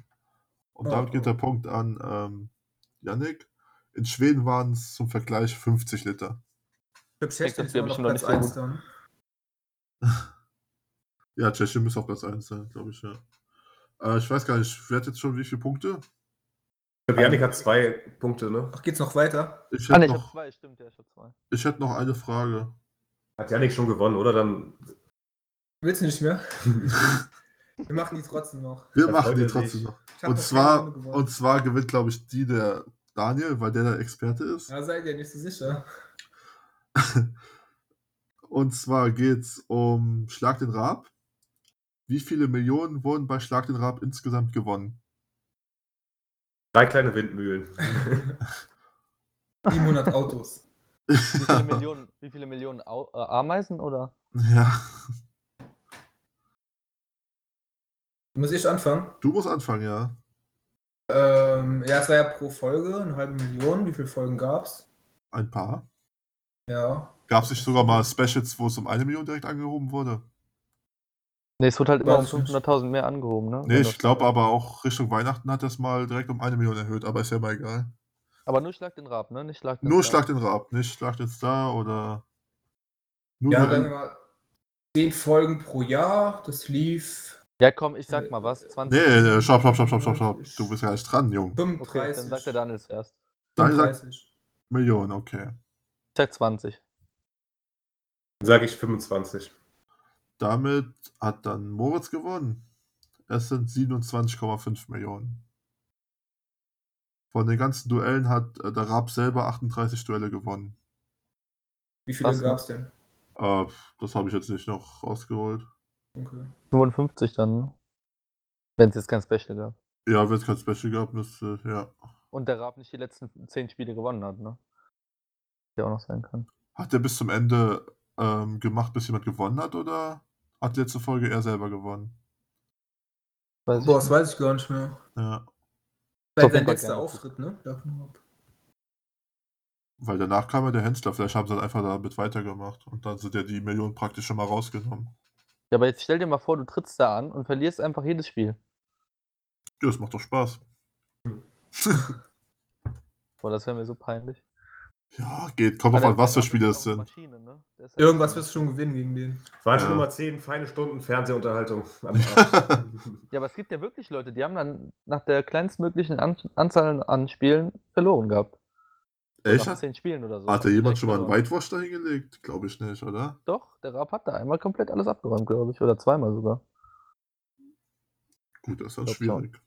Und
Oh.
damit geht der Punkt an ähm, Yannick. In Schweden waren es zum Vergleich 50 Liter.
Ich glaube, Tschechien
das
ist
wär
immer noch
bestimmt noch
Platz
nicht so
1 dann.
Ja, Tschechien müsste auf Platz 1 sein, glaube ich, ja. Äh, ich weiß gar nicht, wer hat jetzt schon wie viele Punkte?
glaube, Janik hat zwei Punkte, ne?
Ach, geht's noch weiter?
Ich
Ah,
hätte
ne, ich hab
noch,
zwei, stimmt, ja, ich hab zwei.
ich hätte noch eine Frage.
Hat Janik schon gewonnen, oder? Dann
Willst du nicht
(laughs)
mehr? Wir machen die trotzdem noch.
Wir
Das
machen die
wollte
trotzdem
ich.
noch.
Ich hab noch
Und
keine
zwar,
Runde gewonnen.
und zwar gewinnt, glaube ich, die der Daniel, weil der der Experte ist.
Ja, seid ihr nicht so sicher.
Und zwar geht es um Schlag den Raab. Wie viele Millionen wurden bei Schlag den Raab insgesamt gewonnen?
drei kleine Windmühlen.
700 Autos.
Wie viele Millionen, wie viele Millionen Au äh, Ameisen oder?
ja,
Muss ich anfangen?
du musst anfangen, ja.
Ähm, ja, es war ja pro Folge eine halbe Million. Wie viele Folgen gab's?
Ein paar.
Ja.
Gab es nicht sogar mal Specials, wo es um eine Million direkt angehoben wurde?
Ne, es wird halt immer um
Weiß ich nicht.
500.000 mehr angehoben, ne?
Nee,
Wenn das-
ich glaube aber auch Richtung Weihnachten hat das mal direkt um eine Million erhöht, aber ist ja mal egal.
Aber nur Schlag den Rab, ne? Nicht Schlag den
Nur
Rab.
Schlag den Raab, nicht Schlag den Star oder. Nur
Ja,
die-
dann war 10 Folgen pro Jahr. Das lief
Ja, komm, ich sag mal was. 20.
Nee, nee, stopp, stopp, stopp, stopp, stopp, stopp. Du bist ja nicht dran, Junge.
Okay,
35.
dann sagt der Daniel zuerst.
Daniel sagt
35.
Millionen, okay.
Ich sag 20.
Dann sage ich 25.
Damit hat dann Moritz gewonnen. Es sind 27,5 Millionen. Von den ganzen Duellen hat äh, der Raab selber 38 Duelle gewonnen.
Wie viele
Was?
gab's denn?
Äh, das habe ich jetzt nicht noch rausgeholt.
Okay.
55 dann, ne? Wenn es jetzt kein Special gab.
Ja, wenn es kein Special gab, müsste, ja.
Und der Rab nicht die letzten 10 Spiele gewonnen hat, ne? Der auch noch sein kann.
Hat er bis zum Ende ähm, gemacht, bis jemand gewonnen hat, oder hat die letzte Folge er selber gewonnen?
Weiß ich
Boah, das
nicht.
weiß ich gar nicht mehr. Sein,
Ja,
Auf jeden
sein
Fall
letzter
gerne.
Auftritt, ne? Davon ab.
weil danach kam ja der Hensler. Vielleicht haben sie dann einfach damit weitergemacht und dann sind ja die Millionen praktisch schon mal rausgenommen.
Ja, aber jetzt stell dir mal vor, du trittst da an und verlierst einfach jedes Spiel.
Ja, das macht doch Spaß.
Boah, das wäre mir so peinlich.
Ja, geht. Kommt drauf
Aber
an, was
der
für
Rab
Spiele
ist
es
auch
sind.
Maschine, ne? Der ist ja-
Irgendwas wirst du schon gewinnen gegen den.
Waren
Ja.
schon mal zehn feine Stunden Fernsehunterhaltung (laughs) am Abend.
Ja, aber es gibt ja wirklich Leute, die haben dann nach der kleinstmöglichen an Anzahl an Spielen verloren gehabt.
Echt?
Nach 10 Spielen oder so.
Hat da jemand
Vielleicht
schon mal einen
verloren.
Whitewash dahingelegt? Glaube ich nicht, oder?
Doch, der Rab hat da einmal komplett alles abgeräumt, glaube ich. Oder zweimal sogar.
Gut, das ist dann
Glaub
schwierig.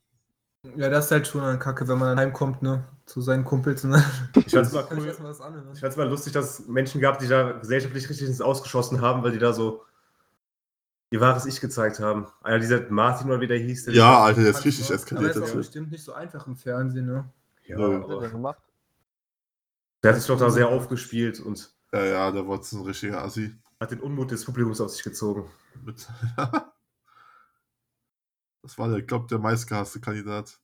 Ja, das ist halt schon eine Kacke, wenn man dann heimkommt, ne? Zu seinen Kumpels. Und dann
Ich fand's mal
kann ich
cool.
erstmal was anhören. ne?
Ich fand's mal lustig, dass es Menschen gab, die da gesellschaftlich richtig ins Ausgeschossen haben, weil die da so ihr wahres Ich gezeigt haben. Einer dieser Martin mal wieder hieß. der-
Ja, Alter, jetzt richtig
Manchmal.
eskaliert
halt Aber
das
ist auch
jetzt.
bestimmt nicht so einfach im Fernsehen, ne?
ja
Was hat er denn
aber
gemacht?
der hat sich doch da sehr aufgespielt und
Ja, ja, der Wotz ist ein richtiger Assi.
hat den Unmut des Publikums auf sich gezogen.
Mit das war, der, glaube der meistgehasste Kandidat.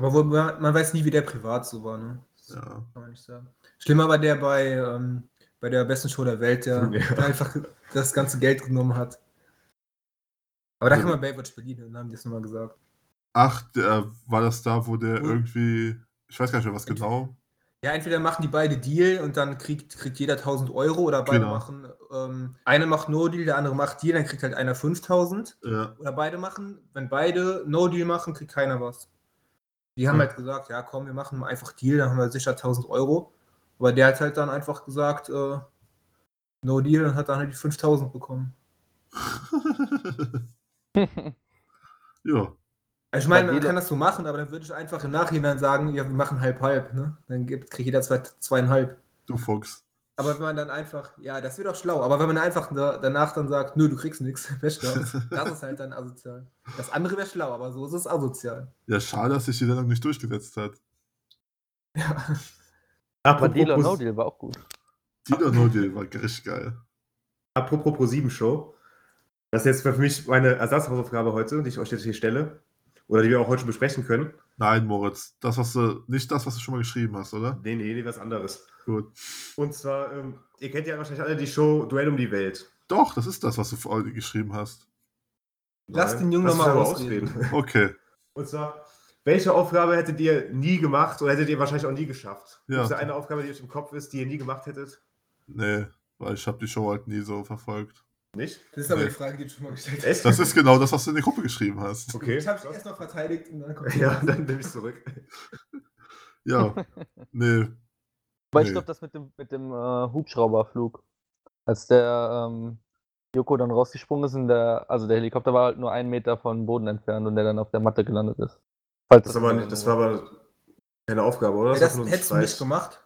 Aber wo, man, man weiß nie, wie der privat so war, ne? Das
Ja.
Kann man nicht sagen. Schlimmer war der bei, ähm, bei der besten Show der Welt,
(laughs)
der
Ja.
da einfach das ganze Geld genommen hat. Aber da
Ja.
kann man Baywatch Berlin, dann haben die es nochmal gesagt.
Ach, der, war das da, wo der
Wo-
irgendwie. Ich weiß gar nicht mehr, was genau.
Ja, entweder machen die beide Deal und dann kriegt, kriegt jeder 1000 Euro oder beide
Genau.
machen, ähm, einer macht No Deal, der andere macht Deal, dann kriegt halt einer 5000.
Ja.
Oder beide machen, wenn beide No Deal machen, kriegt keiner was. Die haben
Hm.
halt gesagt, ja komm, wir machen einfach Deal, dann haben wir sicher 1000 Euro. Aber der hat halt dann einfach gesagt, äh, No Deal und hat dann halt die 5000 bekommen.
(laughs) ja.
Also ich meine,
Weil
man
jeder-
kann das so machen, aber dann würde ich einfach im Nachhinein sagen, ja, wir machen halb-halb. Ne? Dann gibt, kriegt jeder zwei, zweieinhalb.
Du Fuchs.
Aber wenn man dann einfach, ja, das wird auch schlau, aber wenn man einfach da, danach dann sagt, nö, du kriegst (laughs) nichts, wäre schlau. Das ist halt dann asozial. Das andere wäre schlau, aber so ist es asozial.
Ja, schade, dass sich die Sendung nicht durchgesetzt hat.
Ja.
Aber Deal or
Apropos,
No Deal war auch gut.
Dieter No Deal war richtig geil.
apropos Pro 7 Show. Das ist jetzt für mich meine Ersatzhausaufgabe heute, die ich euch jetzt hier stelle. Oder die wir auch heute schon besprechen können.
Nein, Moritz, das, was du, nicht das, was du schon mal geschrieben hast, oder?
Nee, nee, nee, was anderes.
Gut.
Und zwar, ähm, ihr kennt ja wahrscheinlich alle die Show Duell um die Welt.
Doch, das ist das, was du vorhin geschrieben hast.
Lass den Jungen
Lass
noch mal
uns aber
ausreden.
Okay.
Und zwar Welche Aufgabe hättet ihr nie gemacht oder hättet ihr wahrscheinlich auch nie geschafft?
Ja.
Ja. Ist da eine Aufgabe, die euch im Kopf ist, die ihr nie gemacht hättet?
Nee, weil ich habe die Show halt nie so verfolgt.
Nicht?
Das ist aber
Nee.
die Frage, die du schon mal gestellt hast.
Echt?
Das ist genau das, was du in die Gruppe geschrieben hast.
okay.
Ich habe mich erst noch verteidigt und dann kommt
Ja, dann nehme ich zurück.
Ja, nee.
Aber ich
Nee.
glaube, das mit dem, mit dem äh, Hubschrauberflug. Als der ähm, Joko dann rausgesprungen ist, und der, also der Helikopter war halt nur einen Meter vom Boden entfernt und der dann auf der Matte gelandet ist. Falls
Das, ist aber, nicht- das war aber keine Aufgabe, oder?
das
war nur ein
hättest du nicht
Streit.
gemacht.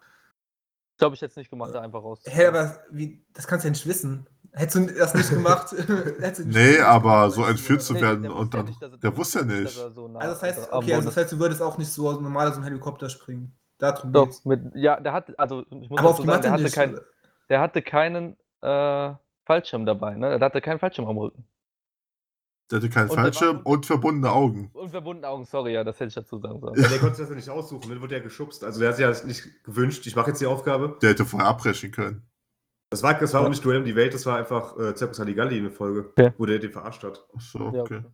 glaube ich jetzt nicht gemacht, da einfach raus.
Hä, aber wie, das kannst du ja nicht wissen. Hättest du das nicht gemacht. hättest du nicht
Nee,
gewusst.
aber so entführt zu
Nee,
werden
wusste
und
ja
dann.
nicht, dass er-
der wusste ja nicht.
dass er so nah-
Also das heißt,
am
okay, also
Boden
das heißt, du würdest auch nicht so normal aus dem Helikopter springen. Darum
Doch,
geht's.
mit, ja, der hat, also ich muss
Aber auf
dazu
die
sagen,
Matte
der hatte,
nicht.
kein, der hatte keinen äh, Fallschirm dabei, ne? Der hatte keinen Fallschirm am Rücken.
Der hatte keinen
Und der war-
Fallschirm und verbundene Augen.
Und verbundene Augen, sorry, ja, das hätte ich dazu sagen sollen.
Ja, der konnte sich das ja nicht aussuchen, dann wurde er geschubst. Also der hat sich ja das nicht gewünscht, ich mache jetzt die Aufgabe.
Der hätte vorher abbrechen können.
Das war, das war auch nicht Duell um die Welt, das war einfach äh, Zirkus Halligalli eine Folge,
Okay.
wo der den verarscht hat.
Ach so,
Ja,
okay.
okay.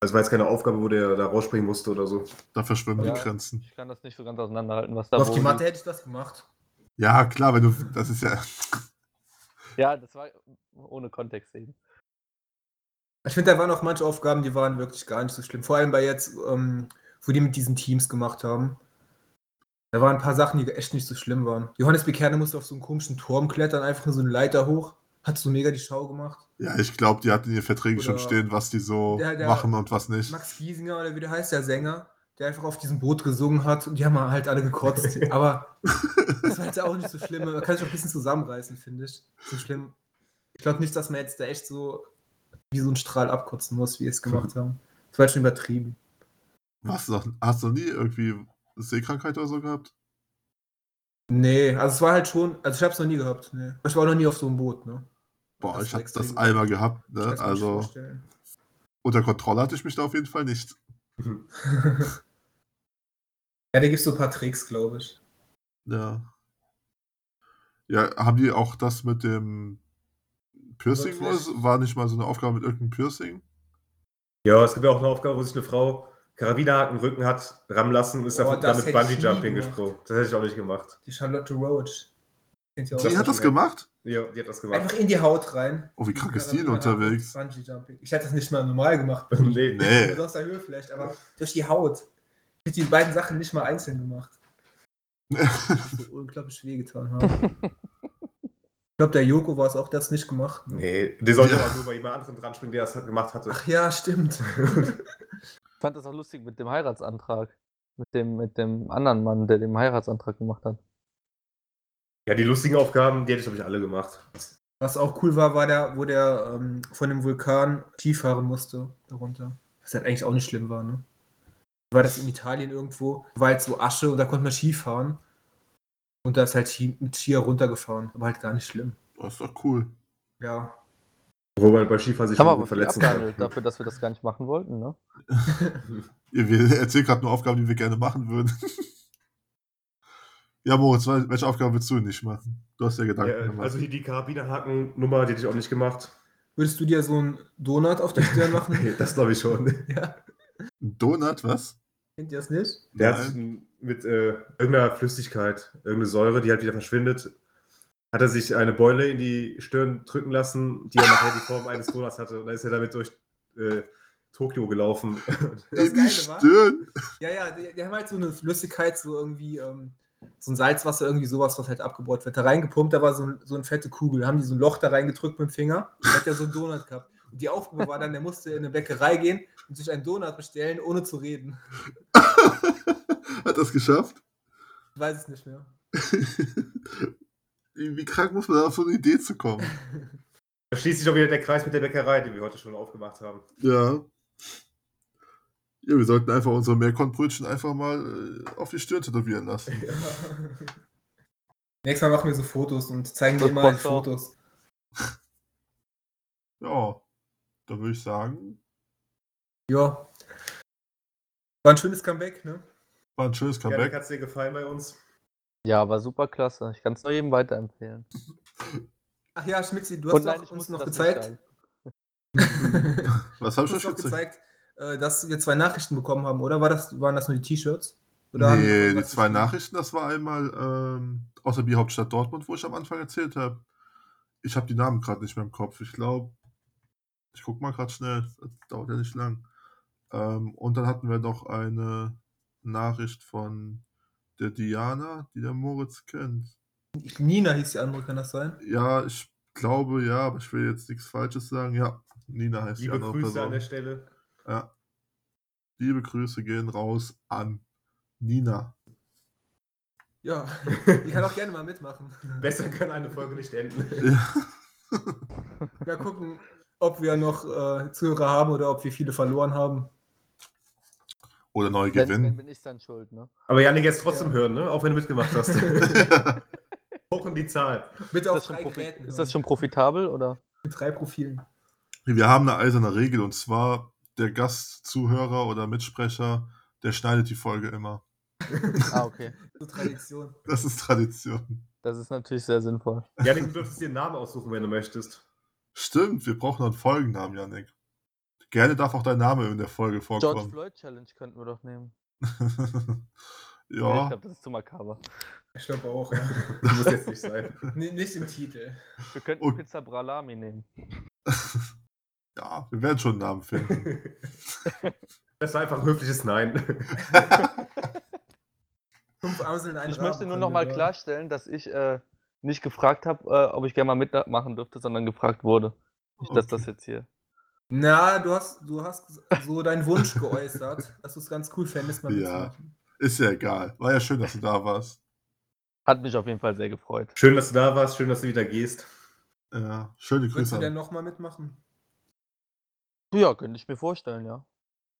Also war jetzt keine Aufgabe, wo der da rausspringen musste oder so. (laughs)
Da verschwimmen die
Ja.
Grenzen.
Ich kann das nicht so ganz auseinanderhalten, was da
Auf
wo
die Matte hätte ich das gemacht.
Ja, klar, wenn du. Das ist ja.
Ja, das war ohne Kontext eben.
Ich finde, da waren auch manche Aufgaben, die waren wirklich gar nicht so schlimm. Vor allem bei jetzt, ähm, wo die mit diesen Teams gemacht haben. Da waren ein paar Sachen, die echt nicht so schlimm waren. Johannes Bekerne musste auf so einen komischen Turm klettern, einfach nur so eine Leiter hoch. Hat so mega die Schau gemacht.
Ja, ich glaube, die hatten in ihren Verträgen schon
Oder-
stehen, was die so
Der- der-
machen und was nicht.
Max Giesinger oder wie der heißt, der Sänger, der einfach auf diesem Boot gesungen hat und die haben halt alle gekotzt. Aber das war jetzt auch nicht so schlimm. Man kann sich auch ein bisschen zusammenreißen, finde ich. So schlimm. Ich glaube nicht, dass man jetzt da echt so wie so ein Strahl abkotzen muss, wie wir es gemacht haben. Das war schon übertrieben.
Hast du, noch, hast du noch nie irgendwie Seekrankheit oder so gehabt?
Nee, also es war halt schon, also ich habe es noch nie gehabt. Nee. Aber Ich war auch noch nie auf so einem Boot, ne?
Boah,
Das
ich
war
hatte das
extrem.
einmal gehabt,
Ich
ne?
kann's mir nicht
Also
vorstellen. (laughs)
unter Kontrolle hatte ich mich da auf jeden Fall nicht.
Ja, da gibt es so ein paar Tricks, glaube ich.
Ja. Ja, haben die auch das mit dem Piercing oder
Wirklich?
so? War nicht mal so eine Aufgabe mit irgendeinem Piercing?
Ja, es gibt ja auch eine Aufgabe, wo sich eine Frau Karabinerhaken im Rücken hat, rammen lassen und ist
Boah,
davon,
Oh, das
damit
hätte ich nie
Bungee Jumping
gemacht.
gesprungen. Das hätte ich auch nicht gemacht.
Die Charlotte Roach. Kennt ihr auch?
Das
Die
ist
hat das
schon
gemacht?
Ja, die hat das
Einfach
gemacht.
in die Haut rein.
Oh, wie krank ist die denn
Karabiner
unterwegs?
und Bungee-Jumping. Ich hätte das nicht mal normal gemacht.
(laughs) Nee.
Nee. (laughs)
Also aus der Höhe vielleicht, aber durch die Haut. Ich hätte die beiden Sachen nicht mal einzeln gemacht. So unglaublich wehgetan haben. Ich glaube, der Joko war es auch, der hat es nicht gemacht. ne?
Nee, die sollte
Ja.
aber nur bei jemand anderem dran springen, der das halt gemacht hatte.
Ach ja, stimmt. (laughs)
Ich fand das auch lustig mit dem Heiratsantrag. Mit dem, mit dem anderen Mann, der den Heiratsantrag gemacht hat.
Ja, die lustigen Aufgaben, die hätte ich, glaube ich, alle gemacht.
Was auch cool war, war der, wo der ähm, von dem Vulkan Skifahren musste, darunter. Was halt eigentlich auch nicht schlimm war, ne? War das in Italien irgendwo? War halt so Asche und da konnte man Skifahren. Und da ist halt Ski, mit Skier runtergefahren. War halt gar nicht schlimm.
Das ist doch cool.
Ja.
Wo man halt bei Skifahren sich
Haben wir
schon
aber
gut
viel
verletzen
abgehandelt ne?
kann.
dafür, dass wir das gar nicht machen wollten, ne?
Ihr will- erzählt gerade nur Aufgaben, die wir gerne machen würden. (laughs) ja, Moritz, wel- welche Aufgabe willst du nicht machen? Du hast ja Gedanken
Ja,
gemacht.
also hier die Karabinerhaken-Nummer, die hätte ich auch nicht gemacht.
Würdest du dir so einen Donut auf der Stirn
(laughs)
machen?
Nee, das glaube ich schon.
ja.
Ein Donut, was?
Kennt ihr das nicht?
Der
Nein.
hat sich n- mit äh, irgendeiner Flüssigkeit, irgendeine Säure, die halt wieder verschwindet, hat er sich eine Beule in die Stirn drücken lassen, die er nachher die Form eines Donuts hatte. Und dann ist er damit durch äh, Tokio gelaufen. (laughs)
Das
In die
Geile war-
Stirn. (laughs)
Ja, ja, die, die haben halt so eine Flüssigkeit, so irgendwie, ähm, so ein Salzwasser, irgendwie sowas, was halt abgebaut wird. Da reingepumpt, da war so, ein, so eine fette Kugel. Da haben die so ein Loch da reingedrückt mit dem Finger und hat ja so einen Donut gehabt. Und die Aufgabe war dann, der musste in eine Bäckerei gehen und sich einen Donut bestellen, ohne zu reden.
Hat das geschafft? (laughs)
Ich weiß es nicht mehr. (laughs)
Wie wie krank muss man da auf so eine Idee zu kommen?
Da schließt sich auch wieder der Kreis mit der Bäckerei, den wir heute schon aufgemacht haben.
Ja. Ja, wir sollten einfach unsere Meerkornbrötchen einfach mal äh, auf die Stirn tätowieren lassen.
Nächstes Mal machen wir so Fotos und zeigen
So
dir mal die
Sponsor.
Fotos.
Ja, da würde ich sagen,
Ja. War ein schönes Comeback, ne?
war ein schönes
Janik,
Comeback.
hat es dir gefallen bei uns?
Ja, war super klasse. Ich kann es nur jedem weiterempfehlen.
Ach ja, Schmitzi, du hast doch uns noch
das nicht
gezeigt.
sagen.
Was habe
Du
ich euch
hast doch
gezeigt?
gezeigt, äh, dass wir zwei Nachrichten bekommen haben, oder? War das, waren das nur die T-Shirts? Oder haben wir
Nee,
noch
die
was
zwei
geschrieben?
Nachrichten, das war einmal ähm, aus der Bierhauptstadt Dortmund, wo ich am Anfang erzählt habe. Ich habe die Namen gerade nicht mehr im Kopf. Ich glaube, ich guck mal gerade schnell, das dauert ja nicht lang. Ähm, und dann hatten wir noch eine Nachricht von der Diana, die der Moritz kennt.
Nina hieß die andere, kann das sein?
Ja, ich glaube ja, aber ich will jetzt nichts Falsches sagen. Ja, Nina heißt
Liebe
die andere
Grüße an
Person.
der
(laughs)
Stelle.
ja. Liebe Grüße gehen raus an
(laughs)
Nina.
Ja, (laughs) ich kann auch gerne mal mitmachen.
Besser kann eine Folge nicht enden.
Ja.
Mal gucken, ob wir noch äh, Zuhörer haben oder ob wir viele verloren haben.
Oder neu
Wenn, wenn
gewinnen.
bin ich dann schuld, ne?
Aber Janik, jetzt trotzdem hören, ne? auch wenn du mitgemacht hast.
(laughs)
Hoch in die Zahl.
Bitte
Ist
auf
das, schon
drei
profi-
Geräten.
ist das schon profitabel
(laughs)
oder?
mit drei Profilen?
Wir haben eine eiserne Regel und zwar der Gastzuhörer oder Mitsprecher, der schneidet die Folge immer.
Ah, okay.
So Tradition.
Das ist Tradition.
Das ist natürlich sehr sinnvoll.
Janik, du dürftest dir einen Namen aussuchen, wenn du möchtest.
Stimmt, wir brauchen noch einen Folgennamen, Janik. Gerne darf auch dein Name in der Folge
George
vorkommen.
Floyd Challenge könnten wir doch nehmen. Nee, Ich
(laughs) ja,
glaube, das ist zu makaber.
Ich glaube auch, (laughs) ja.
Muss jetzt nicht sein.
Nee, nicht im Titel.
Wir könnten
Und-
Pizza Bralami nehmen.
ja, wir werden schon einen Namen finden.
(laughs) Das war einfach ein höfliches Nein.
Fünf Amseln in einen
Ich möchte
Raben
nur
können
noch mal
wir-
klarstellen, dass ich äh, nicht gefragt habe, äh, ob ich gerne mal mitmachen dürfte, sondern gefragt wurde. (laughs) Nicht, dass das jetzt hier.
Na, du hast, du hast so deinen Wunsch geäußert, dass du es ganz cool fändest, mal
Ja.
mitzumachen.
Ist ja egal. War ja schön, dass du da warst.
Hat mich auf jeden Fall sehr gefreut.
Schön, dass du da warst, schön, dass du wieder gehst.
Ja, schöne
Würdest
Grüße
du denn
an.
nochmal mitmachen?
Ja, könnte ich mir vorstellen, ja.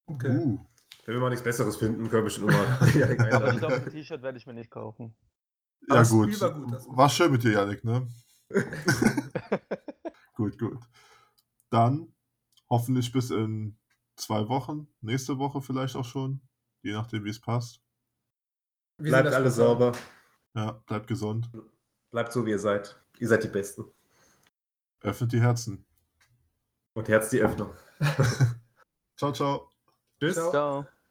Okay.
Uh,
Wenn wir mal nichts Besseres finden, können wir bestimmt
(laughs)
nochmal Janik
Aber Also ich
einladen.
glaube, ein T-Shirt werde ich mir nicht kaufen.
ja
Aber das
gut.
Spiel war gut, das-
War schön mit dir, Janik, ne? Gut, gut. Dann hoffentlich bis in zwei Wochen, nächste Woche vielleicht auch schon, je nachdem, wie es passt.
Wie sind
Bleibt
das
alle
gefahren?
sauber,
Ja, bleibt gesund,
bleibt so, wie ihr seid. Ihr seid die Besten.
öffnet die Herzen.
(laughs)
Und Herz die Öffnung.
Ciao, ciao.
Tschüss.
Ciao.
Ciao.